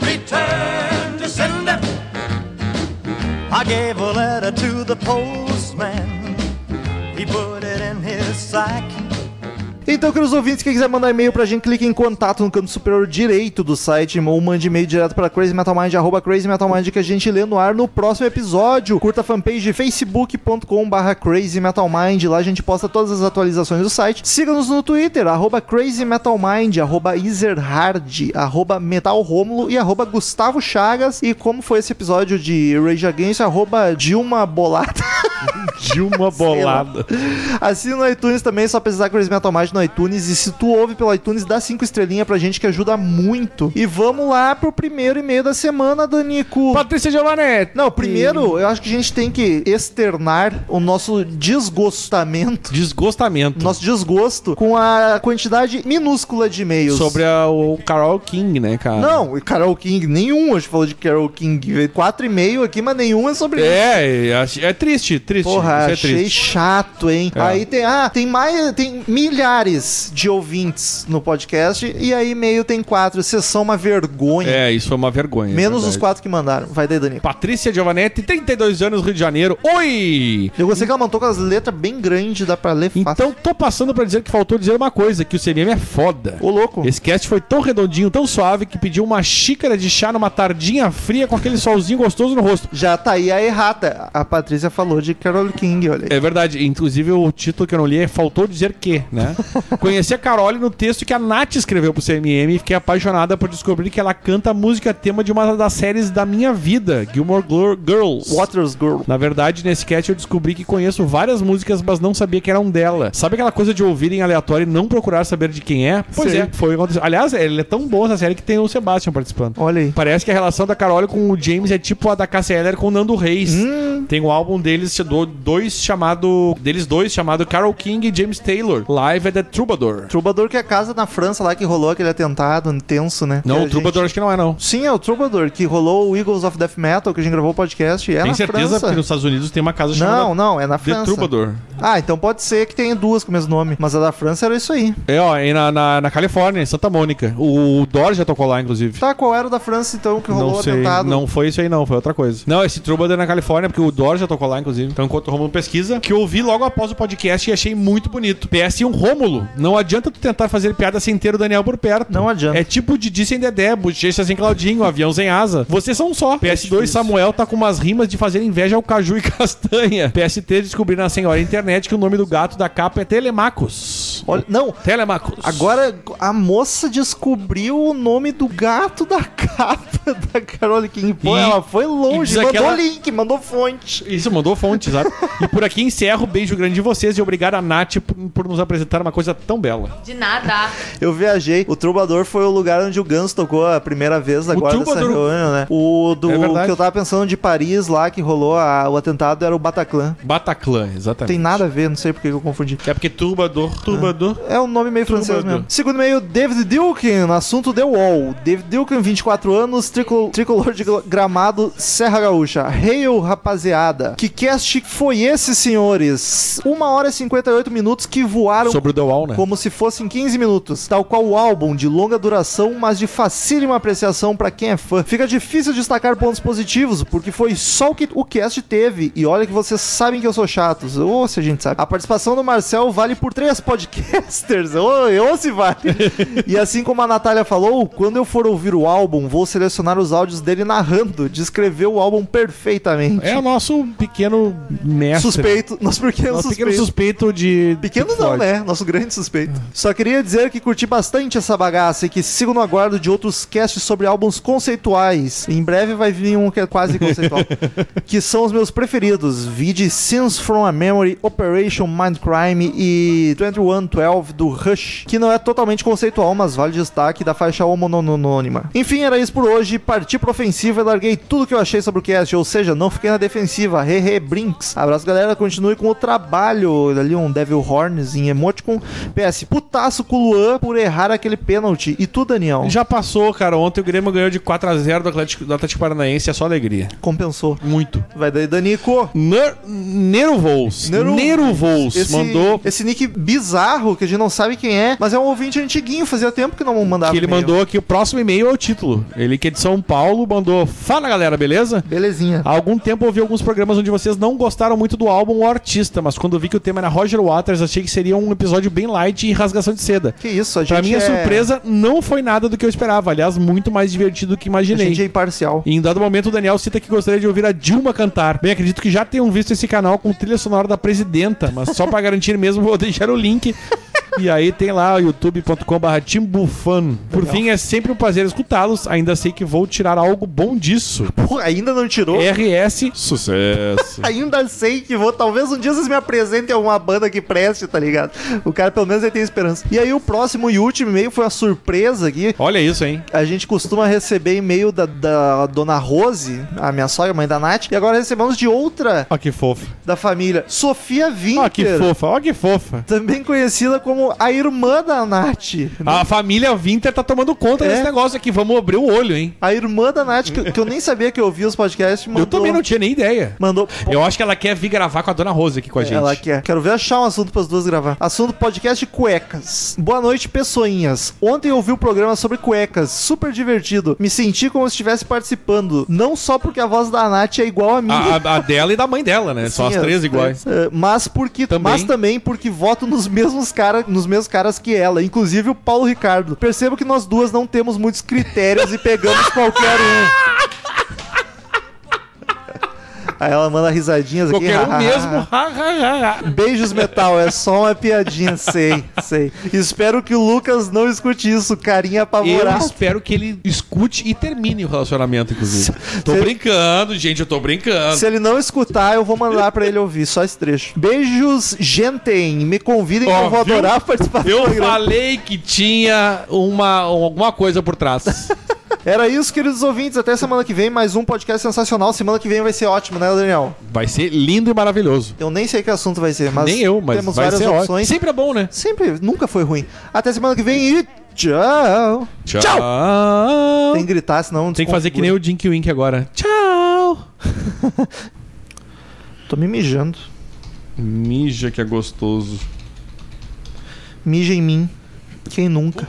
Speaker 4: Return to sender.
Speaker 7: I gave a letter to the postman. He put it in his sack.
Speaker 1: Então, queridos ouvintes, quem quiser mandar e-mail pra gente, clique em contato no canto superior direito do site ou mande e-mail direto pra crazymetalmind, arroba crazymetalmind, que a gente lê no ar no próximo episódio. Curta a fanpage facebook.com barra crazymetalmind, lá a gente posta todas as atualizações do site. Siga-nos no Twitter, arroba crazymetalmind, arroba iserhard, arroba metalromulo e arroba gustavo chagas. E como foi esse episódio de Rage Against, arroba Dilma Bolata.
Speaker 2: Dilma
Speaker 1: Bolada. Assina no iTunes também, só pesquisar Crazy Metal Mind no iTunes. E se tu ouve pelo iTunes, dá cinco estrelinhas pra gente que ajuda muito. E vamos lá pro primeiro e-mail da semana, Danico.
Speaker 2: Patrícia Giovanetti.
Speaker 1: Não, primeiro eu acho que a gente tem que externar o nosso desgostamento,
Speaker 2: Desgostamento.
Speaker 1: nosso desgosto com a quantidade minúscula de e-mails.
Speaker 2: Sobre a- o Carol King, né, cara?
Speaker 1: Não, e Carol King, nenhum a gente falou de Carol King. Quatro e meio aqui, mas nenhum é sobre
Speaker 2: É, é, é triste, triste.
Speaker 1: Porra,
Speaker 2: Isso é
Speaker 1: achei
Speaker 2: triste.
Speaker 1: chato, hein?
Speaker 2: É.
Speaker 1: Aí tem, ah, tem mais, tem milhares de ouvintes no podcast e aí meio tem quatro. Vocês são uma vergonha.
Speaker 2: É, isso foi uma vergonha.
Speaker 1: Menos
Speaker 2: é
Speaker 1: os
Speaker 2: verdade.
Speaker 1: quatro que mandaram. Vai daí, Dani.
Speaker 2: Patrícia Giovanetti, 32 anos, Rio de Janeiro. Oi!
Speaker 1: Eu gostei que ela mandou com as letras bem grandes, dá pra ler fácil.
Speaker 2: Então tô passando pra dizer que faltou dizer uma coisa, que o CMM é foda.
Speaker 1: Ô, louco.
Speaker 2: Esse cast foi tão redondinho, tão suave, que pediu uma xícara de chá numa tardinha fria com aquele solzinho gostoso no rosto.
Speaker 1: Já tá aí a errata. A Patrícia falou de Carol King, olha aí.
Speaker 2: É verdade, inclusive o título que eu não li é Faltou Dizer Que, né? Conheci a Carole no texto que a Nath escreveu pro CMM e fiquei apaixonada por descobrir que ela canta a música tema de uma das séries da minha vida, Gilmore Glor- Girls.
Speaker 1: Waters Girl.
Speaker 2: Na verdade, nesse cast eu descobri que conheço várias músicas, mas não sabia que eram dela. Sabe aquela coisa de ouvir em aleatório e não procurar saber de quem é? Pois
Speaker 1: Sei.
Speaker 2: é, foi o que aconteceu. Aliás, ele é tão bom essa série que tem o Sebastian participando.
Speaker 1: Olha aí.
Speaker 2: Parece que a relação da Carole com o James é tipo a da Cassia Eller com o Nando Reis.
Speaker 1: Hum.
Speaker 2: Tem um álbum deles, do- dois chamado. Deles dois chamado Carol King e James Taylor. Live at the Troubadour.
Speaker 1: Troubadour, que é a casa na França lá que rolou aquele atentado intenso, né? Que
Speaker 2: Não,
Speaker 1: a
Speaker 2: o Troubadour acho que não é, não.
Speaker 1: gente- Sim, é o Troubadour, que rolou o Eagles of Death Metal, que a gente gravou o podcast, e é
Speaker 2: Tem
Speaker 1: na
Speaker 2: certeza
Speaker 1: França.
Speaker 2: que nos Estados Unidos tem uma casa
Speaker 1: Não,
Speaker 2: chamada
Speaker 1: não, é na
Speaker 2: The
Speaker 1: França.
Speaker 2: Troubadour.
Speaker 1: Ah, então pode ser que tenha duas com o mesmo nome, mas a da França era isso aí.
Speaker 2: É, ó, é na, na, na Califórnia, em Santa Mônica. O, o Doors já tocou lá, inclusive.
Speaker 1: Tá, qual era o da França então que rolou
Speaker 2: Não
Speaker 1: o
Speaker 2: sei,
Speaker 1: atentado?
Speaker 2: não foi isso aí não, foi outra coisa. Não, esse Troubadour é na Califórnia, porque o Dor já tocou lá, inclusive. Então, enquanto o Romulo pesquisa, que eu ouvi logo após o podcast e achei muito bonito. PS um Rômulo, não adianta tu tentar fazer piada sem ter o Daniel por perto.
Speaker 1: Não adianta.
Speaker 2: É tipo Didi sem Dedé, Bochecha sem Claudinho, Avião sem Asa. Vocês são um só. PS2, Samuel tá com umas rimas de fazer inveja ao Caju e Castanha. PS3, descobri na senhora internet que o nome do gato da capa é Telemacos.
Speaker 1: Olha, não,
Speaker 2: Telemacos.
Speaker 1: agora a moça descobriu o nome do gato da capa da Carole King. Pô,
Speaker 2: E-
Speaker 1: ela foi
Speaker 2: e diz
Speaker 1: longe, mandou
Speaker 2: aquela-
Speaker 1: link, mandou fonte.
Speaker 2: Isso, mandou fonte, sabe? e por aqui encerro. Beijo grande de vocês e obrigado a Nath por, por nos apresentar uma coisa tão bela.
Speaker 8: De nada.
Speaker 1: Eu viajei. O Troubadour foi o lugar onde o Guns tocou a primeira vez agora dessa
Speaker 2: Troubadour-
Speaker 1: reunião, né? O do
Speaker 2: É verdade.
Speaker 1: que eu tava pensando de Paris lá, que rolou a- o atentado, era o Bataclan.
Speaker 2: Bataclan,
Speaker 1: Não
Speaker 2: exatamente.
Speaker 1: tem nada a ver, não sei por que eu confundi.
Speaker 2: É porque turbador, turbador.
Speaker 1: É um nome meio francês
Speaker 2: Troubadour.
Speaker 1: mesmo. Segundo meio, David Dilkin, assunto The Wall. David Dilkin, 24 anos, tricol- tricolor de gl- gramado, Serra Gaúcha. Hail, rapaziada. Que cast foi esse, senhores? 1 hora e 58 minutos que voaram
Speaker 2: Sobre o The Wall, né?
Speaker 1: como se fossem 15 minutos, tal qual o álbum, de longa duração, mas de facílima apreciação pra quem é fã. Fica difícil destacar pontos positivos, porque foi só o que o cast teve, e olha que vocês sabem que eu sou chato, ou se a gente sabe. A participação do Marcel vale por três podcasters, ou, ou se vale. e assim como a Natália falou, quando eu for ouvir o álbum, vou selecionar os áudios dele narrando, descreveu o álbum perfeitamente.
Speaker 2: É o nosso pequeno mestre. É
Speaker 1: Suspeito, nosso pequeno
Speaker 2: Nosso
Speaker 1: um suspeito.
Speaker 2: pequeno suspeito de.
Speaker 1: Pequeno
Speaker 2: Pink
Speaker 1: não,
Speaker 2: Floyd.
Speaker 1: né? Nosso grande suspeito. Só queria dizer que curti bastante essa bagaça e que sigo no aguardo de outros casts sobre álbuns conceituais. Em breve vai vir um que é quase conceitual. que são os meus preferidos. Vide Sins From A Memory, Operation Mindcrime e 2112 do Rush. Que não é totalmente conceitual, mas vale destaque da faixa homononônima. Enfim, era isso por hoje. Parti pra ofensiva e larguei tudo que eu achei sobre o cast. Ou seja, não fiquei na defensiva. Hehe, brinks. Abraço, galera. Continue com o trabalho. Ali um Devil Horns em emoticon. PS, putaço com o Luan por errar aquele pênalti. E tu, Daniel?
Speaker 2: Já passou, cara. Ontem o Grêmio ganhou de 4x0 do Atlético, do Atlético Paranaense. É só alegria.
Speaker 1: compensou.
Speaker 2: Muito.
Speaker 1: Vai daí, Danico.
Speaker 2: Ner Nerovols.
Speaker 1: Nero-
Speaker 2: Nerovols
Speaker 1: Esse,
Speaker 2: mandou.
Speaker 1: esse nick bizarro que a gente não sabe quem é, mas é um ouvinte antiguinho, fazia tempo que não mandava.
Speaker 2: Que ele
Speaker 1: e-mail.
Speaker 2: mandou aqui, o próximo e-mail é o título. Ele que é de São Paulo, mandou. Fala galera, beleza?
Speaker 1: Belezinha.
Speaker 2: Há algum tempo eu ouvi alguns programas onde vocês não gostaram muito do álbum ou artista, mas quando vi que o tema era Roger Waters, achei que seria um episódio bem light e rasgação de seda.
Speaker 1: Que isso, a gente.
Speaker 2: Pra minha
Speaker 1: é-
Speaker 2: surpresa, não foi nada do que eu esperava. Aliás, muito mais divertido do que
Speaker 1: a
Speaker 2: imaginei.
Speaker 1: gente é imparcial.
Speaker 2: E em dado momento, o Daniel cita que gostaria de ouvir a Dilma cantar. Bem, acredito que já tenham visto esse canal com trilha sonora da presidenta, mas só pra garantir mesmo, vou deixar o link. E aí tem lá youtube.com.br Timbufan. Por fim, é sempre um prazer escutá-los. Ainda sei que vou tirar algo bom disso.
Speaker 1: Pô, ainda não tirou?
Speaker 2: É. RS Sucesso.
Speaker 1: Ainda sei que vou. Talvez um dia vocês me apresentem alguma banda que preste, tá ligado? O cara pelo menos ele tem esperança. E aí o próximo e último e-mail foi uma surpresa aqui.
Speaker 2: Olha isso, hein?
Speaker 1: A gente costuma receber e-mail da, da dona Rose, a minha sogra, mãe da Nath, e agora recebemos de outra
Speaker 2: Ó que fofa.
Speaker 1: da família, Sofia Winter.
Speaker 2: Ó Ah, que fofa, ó que fofa.
Speaker 1: Também conhecida como a irmã da Nath.
Speaker 2: A família Winter tá tomando conta
Speaker 1: É.
Speaker 2: desse negócio aqui. Vamos abrir o olho, hein?
Speaker 1: A irmã da Nath, que, que eu nem sabia que eu ouvia os podcasts, mandou.
Speaker 2: Eu também não tinha nem ideia.
Speaker 1: Mandou.
Speaker 2: Eu acho que ela quer vir gravar com a dona Rose aqui com a gente.
Speaker 1: É, Ela quer. Quero ver achar um assunto para as duas gravar. Assunto podcast de cuecas. Boa noite, pessoinhas. Ontem eu ouvi o programa sobre cuecas. Super divertido. Me senti como se estivesse participando. Não só porque a voz da Nath é igual à minha.
Speaker 2: A, a- a dela e da mãe dela, né? Só as
Speaker 1: Sim,
Speaker 2: três iguais.
Speaker 1: É, Mas porque
Speaker 2: Também.
Speaker 1: mas também porque voto nos mesmos cara, nos mesmos caras que ela, inclusive o Paulo Ricardo. Percebo que nós duas não temos muitos critérios e pegamos qualquer um. Aí ela manda risadinhas aqui.
Speaker 2: Qualquer um
Speaker 1: ha, ha,
Speaker 2: mesmo.
Speaker 1: ha.
Speaker 2: Ha,
Speaker 1: ah,
Speaker 2: ha, ha, ha.
Speaker 1: Beijos, metal, é só uma piadinha, sei, sei. Espero que o Lucas não escute isso, carinha
Speaker 2: Eu
Speaker 1: apavorado.
Speaker 2: espero que ele escute e termine o relacionamento, inclusive. Tô
Speaker 1: se-
Speaker 2: brincando, gente, eu tô brincando.
Speaker 1: Se ele não escutar, eu vou mandar pra ele ouvir, só esse trecho. Beijos, gentem, me convidem que
Speaker 2: Ó,
Speaker 1: eu vou
Speaker 2: viu?
Speaker 1: tá adorar participar
Speaker 2: Eu falei que tinha uma, alguma coisa por trás.
Speaker 1: Era isso, queridos ouvintes. Até semana que vem, mais um podcast sensacional. Semana que vem vai ser ótimo, né, Daniel?
Speaker 2: Vai ser lindo e maravilhoso.
Speaker 1: Eu nem sei que assunto vai ser, mas
Speaker 2: Nem eu, mas
Speaker 1: temos
Speaker 2: vai
Speaker 1: várias
Speaker 2: ser ótimo.
Speaker 1: opções.
Speaker 2: Sempre é bom, né?
Speaker 1: Sempre, nunca foi ruim. Até semana que vem e tchau.
Speaker 2: Tchau.
Speaker 1: Tem que gritar, senão
Speaker 2: Tem que fazer que nem o Dink Wink agora. Tchau.
Speaker 1: eu. Tô me mijando.
Speaker 2: Mija que é gostoso.
Speaker 1: Mija em mim. Quem nunca?